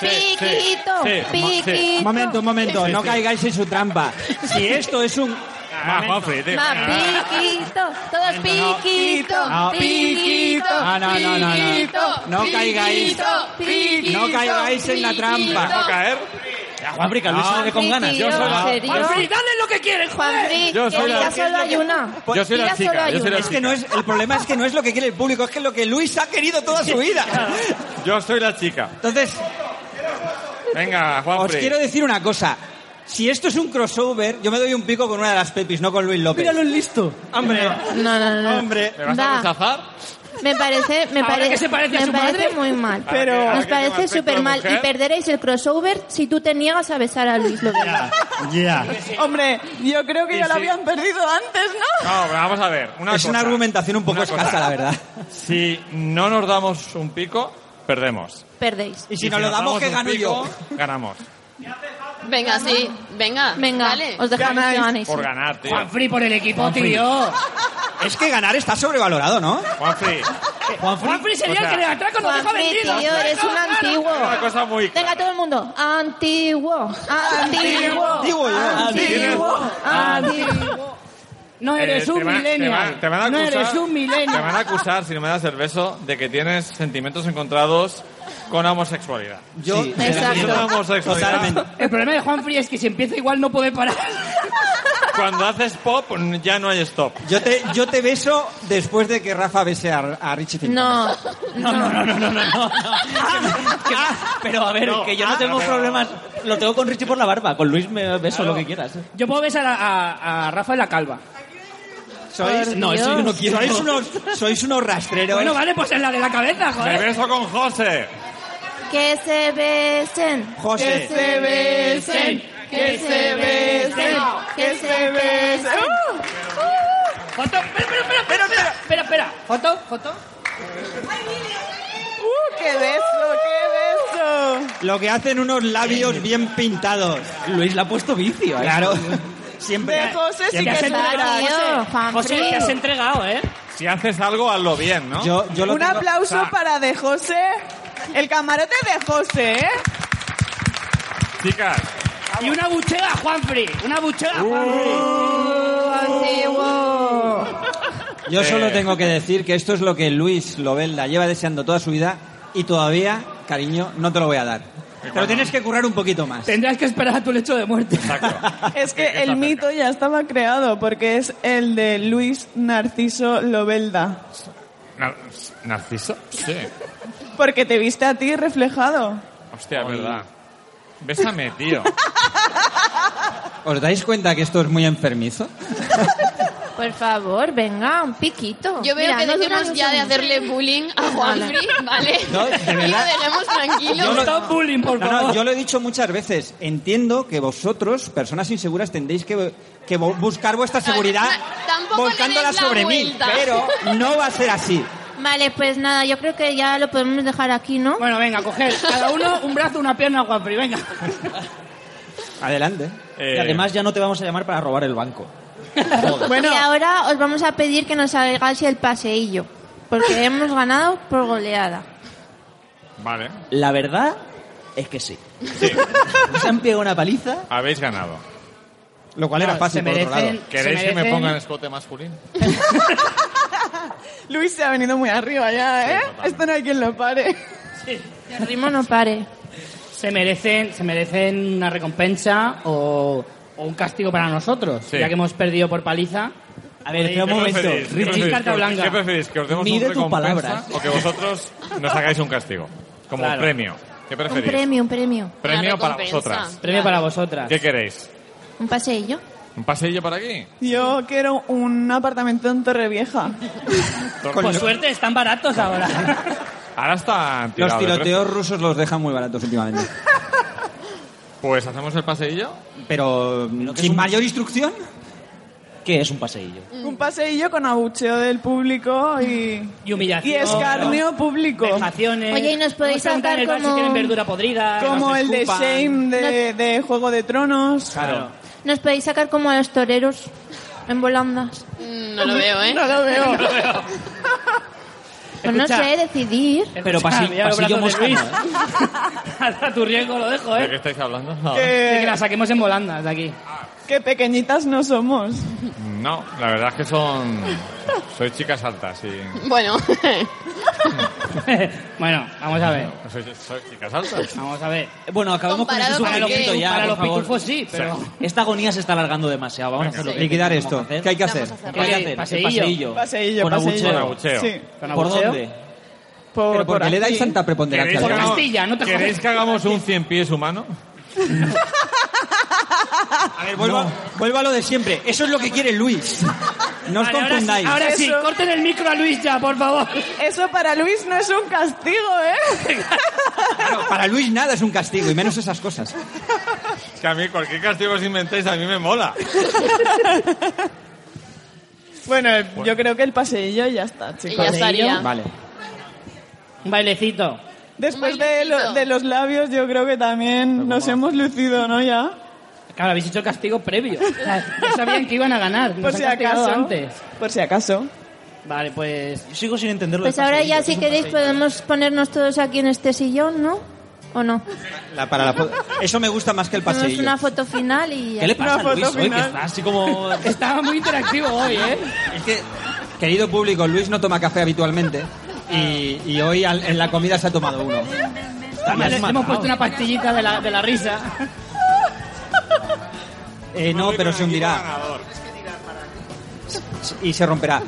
B: sí, sí,
F: piquito,
B: sí, sí.
F: piquito.
E: Un momento, un momento, no caigáis en su trampa. Si esto es un
B: Ah, Juanfri, tío.
F: Va,
B: venga, va. Ah,
F: piquito, todos
E: No,
F: piquito,
E: no,
F: piquito,
E: Ah, no, no, no, no.
F: piquito,
E: No caigáis.
F: piquito,
E: No caigáis en la
B: ¿Me dejo
E: trampa.
B: caer?
N: Ya, Juanfri, que Luis se le ve con ganas.
B: Yo soy la-
F: serio?
C: Juanfri, dale lo que quieres, joder.
F: Juanfri,
B: Yo soy
F: en
B: la-
F: vida solo hay una.
B: Yo soy la
F: Vida solo
B: chica,
F: hay
B: yo soy la
F: una.
E: Es que no es, el problema es que no es lo que quiere el público, es que es lo que Luis ha querido toda su vida.
B: Yo soy la chica.
E: Entonces,
B: Venga, Juanfri.
E: os quiero decir una cosa. Si esto es un crossover, yo me doy un pico con una de las Pepis, no con Luis López.
N: Míralo el listo.
E: Hombre,
F: No, no, no.
E: hombre.
B: ¿Me vas
F: Da.
B: a rechazar?
F: Me parece, me
C: Ahora
F: parece,
C: que se parece a
F: me
C: su
F: parece
C: madre.
F: muy mal.
B: Ahora que- ahora
F: nos
B: que tengo
F: parece
B: aspecto
F: súper
B: de
F: mal y
B: mujer.
F: perderéis el crossover si tú te niegas a besar a Luis López.
G: Hombre, yo creo que
B: Y
G: ya lo
B: sí.
G: habían perdido antes,
E: Ah.
G: ¿no?
B: No, pero vamos a ver. Una
E: es una
B: cosa.
E: argumentación un poco
B: Una cosa.
E: escasa, la verdad.
B: Si no nos damos un pico, perdemos.
F: Perdéis.
E: Y si nos lo damos, que
B: un
E: gano
B: pico,
E: yo.
B: Ganamos.
H: Venga, sí, venga.
F: Venga,
H: vale.
F: os dejamos que ganéis.
B: Por ganar, tío.
C: Juanfri por el equipo, tío.
E: Es que ganar está sobrevalorado, ¿no?
B: Juanfri.
C: Juanfri sería
B: O sea,
C: el que le atraco, nos deja
F: Juanfri,
C: vendidos.
F: tío, eres un antiguo.
B: Una cosa muy
F: Venga, todo el mundo. Antiguo. Antiguo.
E: Digo yo.
F: Antiguo. Antiguo.
C: No Ah, eres
B: Eh,
C: un
B: te van- te
C: millennial.
B: van- te van a
C: No
B: acusar-
C: eres un
B: Te
C: millennial.
B: van a acusar, si no me das el beso, de que tienes sentimientos encontrados con homosexualidad.
E: Yo,
N: Sí,
F: exacto.
B: Yo tengo homosexualidad.
E: Totalmente.
C: El problema de Juanfri es que si empieza igual no puede parar.
B: Cuando haces pop, ya no hay stop.
E: Yo te, yo te beso después de que Rafa bese a, a Richie Fintano.
N: No,
F: No.
N: no, no, no, no, no. no. Que- pero a ver, que yo no
E: Ah,
N: tengo problemas. Lo tengo con Richie por la barba. Con Luis me beso lo que quieras.
C: Yo puedo besar a, a, a Rafa en la calva.
E: Sois,
N: No, eso yo no quiero.
E: sois unos, sois unos rastreros.
C: Bueno, vale, pues en la de la cabeza,
B: Me
C: joder.
B: beso con José.
F: Que se besen.
E: José.
F: Que
G: Este-
F: se besen. Que se besen. Que se besen.
G: ¡Uh!
C: Joto, espera, espera, espera, espera, espera, espera, espera. Joto, Joto.
G: ¡Uh, qué beso, qué beso!
E: Lo que hacen unos labios bien pintados.
N: Luis le ha puesto vicio. ¿eh?
E: Claro. Siempre.
G: De José sí
C: Ya
G: que
C: se
G: es
C: entra-
G: verdad.
F: tío, Juanfri.
C: José, te has entregado, ¿eh?
B: Si haces algo, hazlo bien, ¿no?
E: Yo, yo lo
G: Un
E: tengo-
G: aplauso para de José. El camarote de José, ¿eh?
B: Chicas,
C: Y una buchea, Juanfri. Una buchea, Juanfri.
E: Yo solo tengo que decir que esto es lo que Luis Lobelda lleva deseando toda su vida y todavía, cariño, no te lo voy a dar. Pero tienes que currar un poquito más.
C: Tendrás que esperar a tu lecho de muerte.
B: exacto.
G: Es
B: Sí,
G: que
B: está
G: el mito ya estaba creado porque es el de Luis Narciso Lobelda.
B: Nar- ¿Narciso? Sí.
G: Porque te viste a ti reflejado.
B: Hostia, es verdad. Bésame, <laughs> tío.
E: ¿Os dais cuenta que esto es muy enfermizo?
F: Por favor, venga, un piquito.
H: Yo veo
F: Mira,
H: que
F: no
H: dejemos
F: duran
H: ya
F: un
H: de
F: segundo.
H: hacerle bullying a Juanfri, ¿vale?
E: No, de
H: Y lo
E: verdad.
H: dejemos
E: Yo
H: tranquilo.
E: lo-
C: Stop bullying, por
E: No, no,
C: favor.
E: yo lo he dicho muchas veces. Entiendo que vosotros, personas inseguras, tendréis que, que bu- buscar vuestra
H: No, no,
E: seguridad
H: no, tampoco le
E: volcándola
H: des la
E: sobre
H: vuelta.
E: mí. Pero no va a ser así.
F: Vale, pues nada, yo creo que ya lo podemos dejar aquí, ¿no?
C: Bueno, venga, coger cada uno un brazo, una pierna, Juanfri, venga.
E: Adelante.
B: Eh,
N: Y además ya no te vamos a llamar para robar el banco.
F: Y ahora os vamos a pedir que nos hagáis el paseillo, porque hemos ganado por goleada.
B: Vale.
N: La verdad es que sí.
B: Sí,
N: Se han pegado una paliza.
B: habéis ganado.
E: Lo cual era
C: No,
E: fácil,
C: se
E: por otro lado.
C: merecen-
B: ¿Queréis
C: se
B: que me
C: merecen-
B: pongan escote masculino?
G: Luis se ha venido muy arriba ya, ¿eh?
B: Sí, totalmente.
G: Esto no hay quien lo pare.
F: Que El ritmo no pare.
C: Se merecen, se merecen una recompensa o, o un castigo para nosotros,
B: Sí.
C: ya que hemos perdido por paliza.
N: A ver, espera un
B: ¿Qué
N: momento.
B: preferís? ¿Qué
C: Richie,
B: preferís?
C: carta blanca.
B: ¿Qué preferís? ¿Que os demos
N: Mide
B: un
N: tus
B: recompensa
N: palabras.
B: o que vosotros nos hagáis un castigo? Como
C: Claro.
B: premio. ¿Qué
F: Un
B: preferís?
F: premio, un premio.
B: Premio
H: Una
B: para
H: recompensa.
B: vosotras.
C: Premio para vosotras.
B: ¿Qué queréis?
F: Un paseillo.
B: ¿Un paseillo para aquí?
G: Yo quiero un apartamento en Torrevieja.
C: Por suerte, están baratos ahora.
B: Ahora están
E: Los
B: tirados de precio.
E: tiroteos rusos los dejan muy baratos últimamente.
B: Pues hacemos el paseillo.
E: Pero
N: que es
E: sin
N: un-
E: mayor instrucción.
N: ¿Qué es un paseillo?
G: Un paseillo con abucheo del público y,
C: <laughs> Y humillación.
G: y escarnio público.
C: Vejaciones.
F: Oye, ¿y nos podéis
C: Vamos a preguntar en el bar
F: sacar
C: si tienen
F: como-
C: verdura podrida.
G: Como
C: nos
G: el de
C: escupan.
G: Shame de, de Juego de Tronos.
E: Claro.
F: Nos podéis sacar como a los toreros en volandas.
H: Mm, No lo veo, ¿eh?
G: <laughs> No lo veo.
F: Pues no
C: Escucha.
F: sé, decidir.
N: Pero
C: Escucha,
N: pasi-
C: mira los
N: pasillo
C: brazos <laughs> de
N: moscano,
C: Luis. A tu riesgo lo dejo,
B: ¿De qué
C: ¿eh?
B: estáis hablando?
C: De que
G: que
C: la saquemos en volandas de aquí. <laughs>
G: Qué pequeñitas no somos.
B: No, la verdad es que son. Soy chicas altas, sí.
H: Bueno,
C: bueno, vamos a ver.
B: Soy, soy chicas altas.
C: Vamos a ver.
N: Bueno, acabamos con
H: Comparado
N: ese
H: con
C: Para los,
H: qué?
N: sufrimiento ya,
C: para
N: por
C: los
N: favor.
C: pitufos sí, pero...
N: Esta agonía se está alargando demasiado. Vamos a hacer lo que
E: Liquidar
N: tenemos
E: esto.
N: que hacer.
E: ¿Qué hay que
H: Vamos
E: hacer?
H: a hacer-
N: ¿Qué hay que hacer? Ese
C: Paseillo.
N: paseillo.
G: Paseillo,
N: Con
G: paseillo.
B: Con abucheo.
G: Sí.
C: ¿Con
N: ¿Por
C: abucheo?
N: dónde?
G: Por,
E: Pero porque
G: por
E: le dais
G: aquí.
E: tanta preponderancia.
B: ¿Queréis que
E: al
C: Por
E: tema?
B: hagamos-
C: Castilla, no te
B: ¿Queréis
C: jodas.
B: que hagamos un cien pies humano?
E: <laughs> A ver, vuelvo, vuelvo a lo de siempre. Eso es lo que quiere Luis. No
C: Vale, ahora
E: os
C: sí,
E: confundáis.
C: ahora sí,
G: Eso.
C: corten el micro a Luis ya, por favor.
G: Eso para Luis no es un castigo, ¿eh?
B: <laughs>
E: Claro, para Luis nada es un castigo, y menos esas cosas.
B: Es que a mí cualquier castigo que os inventéis a mí me mola.
G: Bueno, eh, yo creo que el paseillo ya está,
H: <laughs> y
G: chicos.
H: ya estaría.
E: Vale.
C: Un bailecito.
G: Después
H: Un
G: de, lo-
H: bailecito.
G: de los labios, yo creo que también nos hemos lucido, ¿no? Ya.
C: Claro, habéis hecho el castigo previo. O sea, <laughs> ya sabían que iban a ganar.
G: Por
C: Nos
G: si
C: han castigado
G: acaso.
C: antes.
G: Por si acaso.
C: Vale, pues...
N: Yo sigo sin entenderlo.
F: Pues
N: del
F: ahora
N: paseillo.
F: ya si queréis podemos ponernos todos aquí en este sillón, ¿no? ¿O no?
E: La- para la fo- Eso me gusta más que el
F: Hacemos
E: paseillo.
F: una foto final y ya.
N: ¿Qué le pasa
G: Una
N: a Luis
G: foto
N: hoy? Que
G: final.
N: está así como...
C: Estaba muy interactivo hoy, ¿eh?
E: Es que, querido público, Luis no toma café habitualmente y, y hoy al- en la comida se ha tomado uno. Está
C: Además,
E: más
C: le- le hemos
E: matado.
C: puesto una pastillita de la, de la risa.
E: Eh, no, pero se hundirá
B: Ganador.
E: y
C: <laughs>
E: se romperá.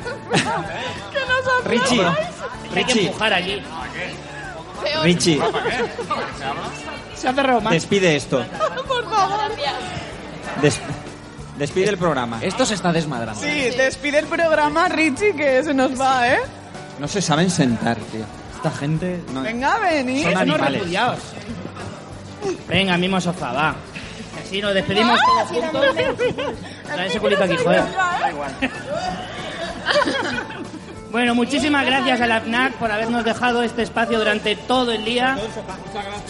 E: Richie,
C: Hay que
E: Richie,
C: empujar allí.
H: Peor.
E: Richie,
C: Se ha cerrado más.
E: despide esto.
H: Gracias.
E: Des- despide el programa.
N: Esto se está desmadrando.
G: Sí, despide el programa, Richie, que se nos va, ¿eh?
E: No se saben sentar, tío. Esta gente... no-
G: Venga, venid.
E: Son
C: Son unos
E: animales.
C: repudiados. Venga, mismo sofá, va. Así nos despedimos todos juntos. Trae ese culito <laughs> aquí, joder. Da igual. Bueno, muchísimas gracias a la FNAC por habernos dejado este espacio durante todo el día.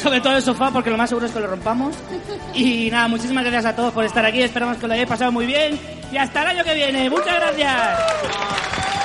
C: Sobre todo el sofá, porque lo más seguro es que lo rompamos. Y nada, muchísimas gracias a todos por estar aquí. Esperamos que lo hayáis pasado muy bien. Y hasta el año que viene. Muchas gracias.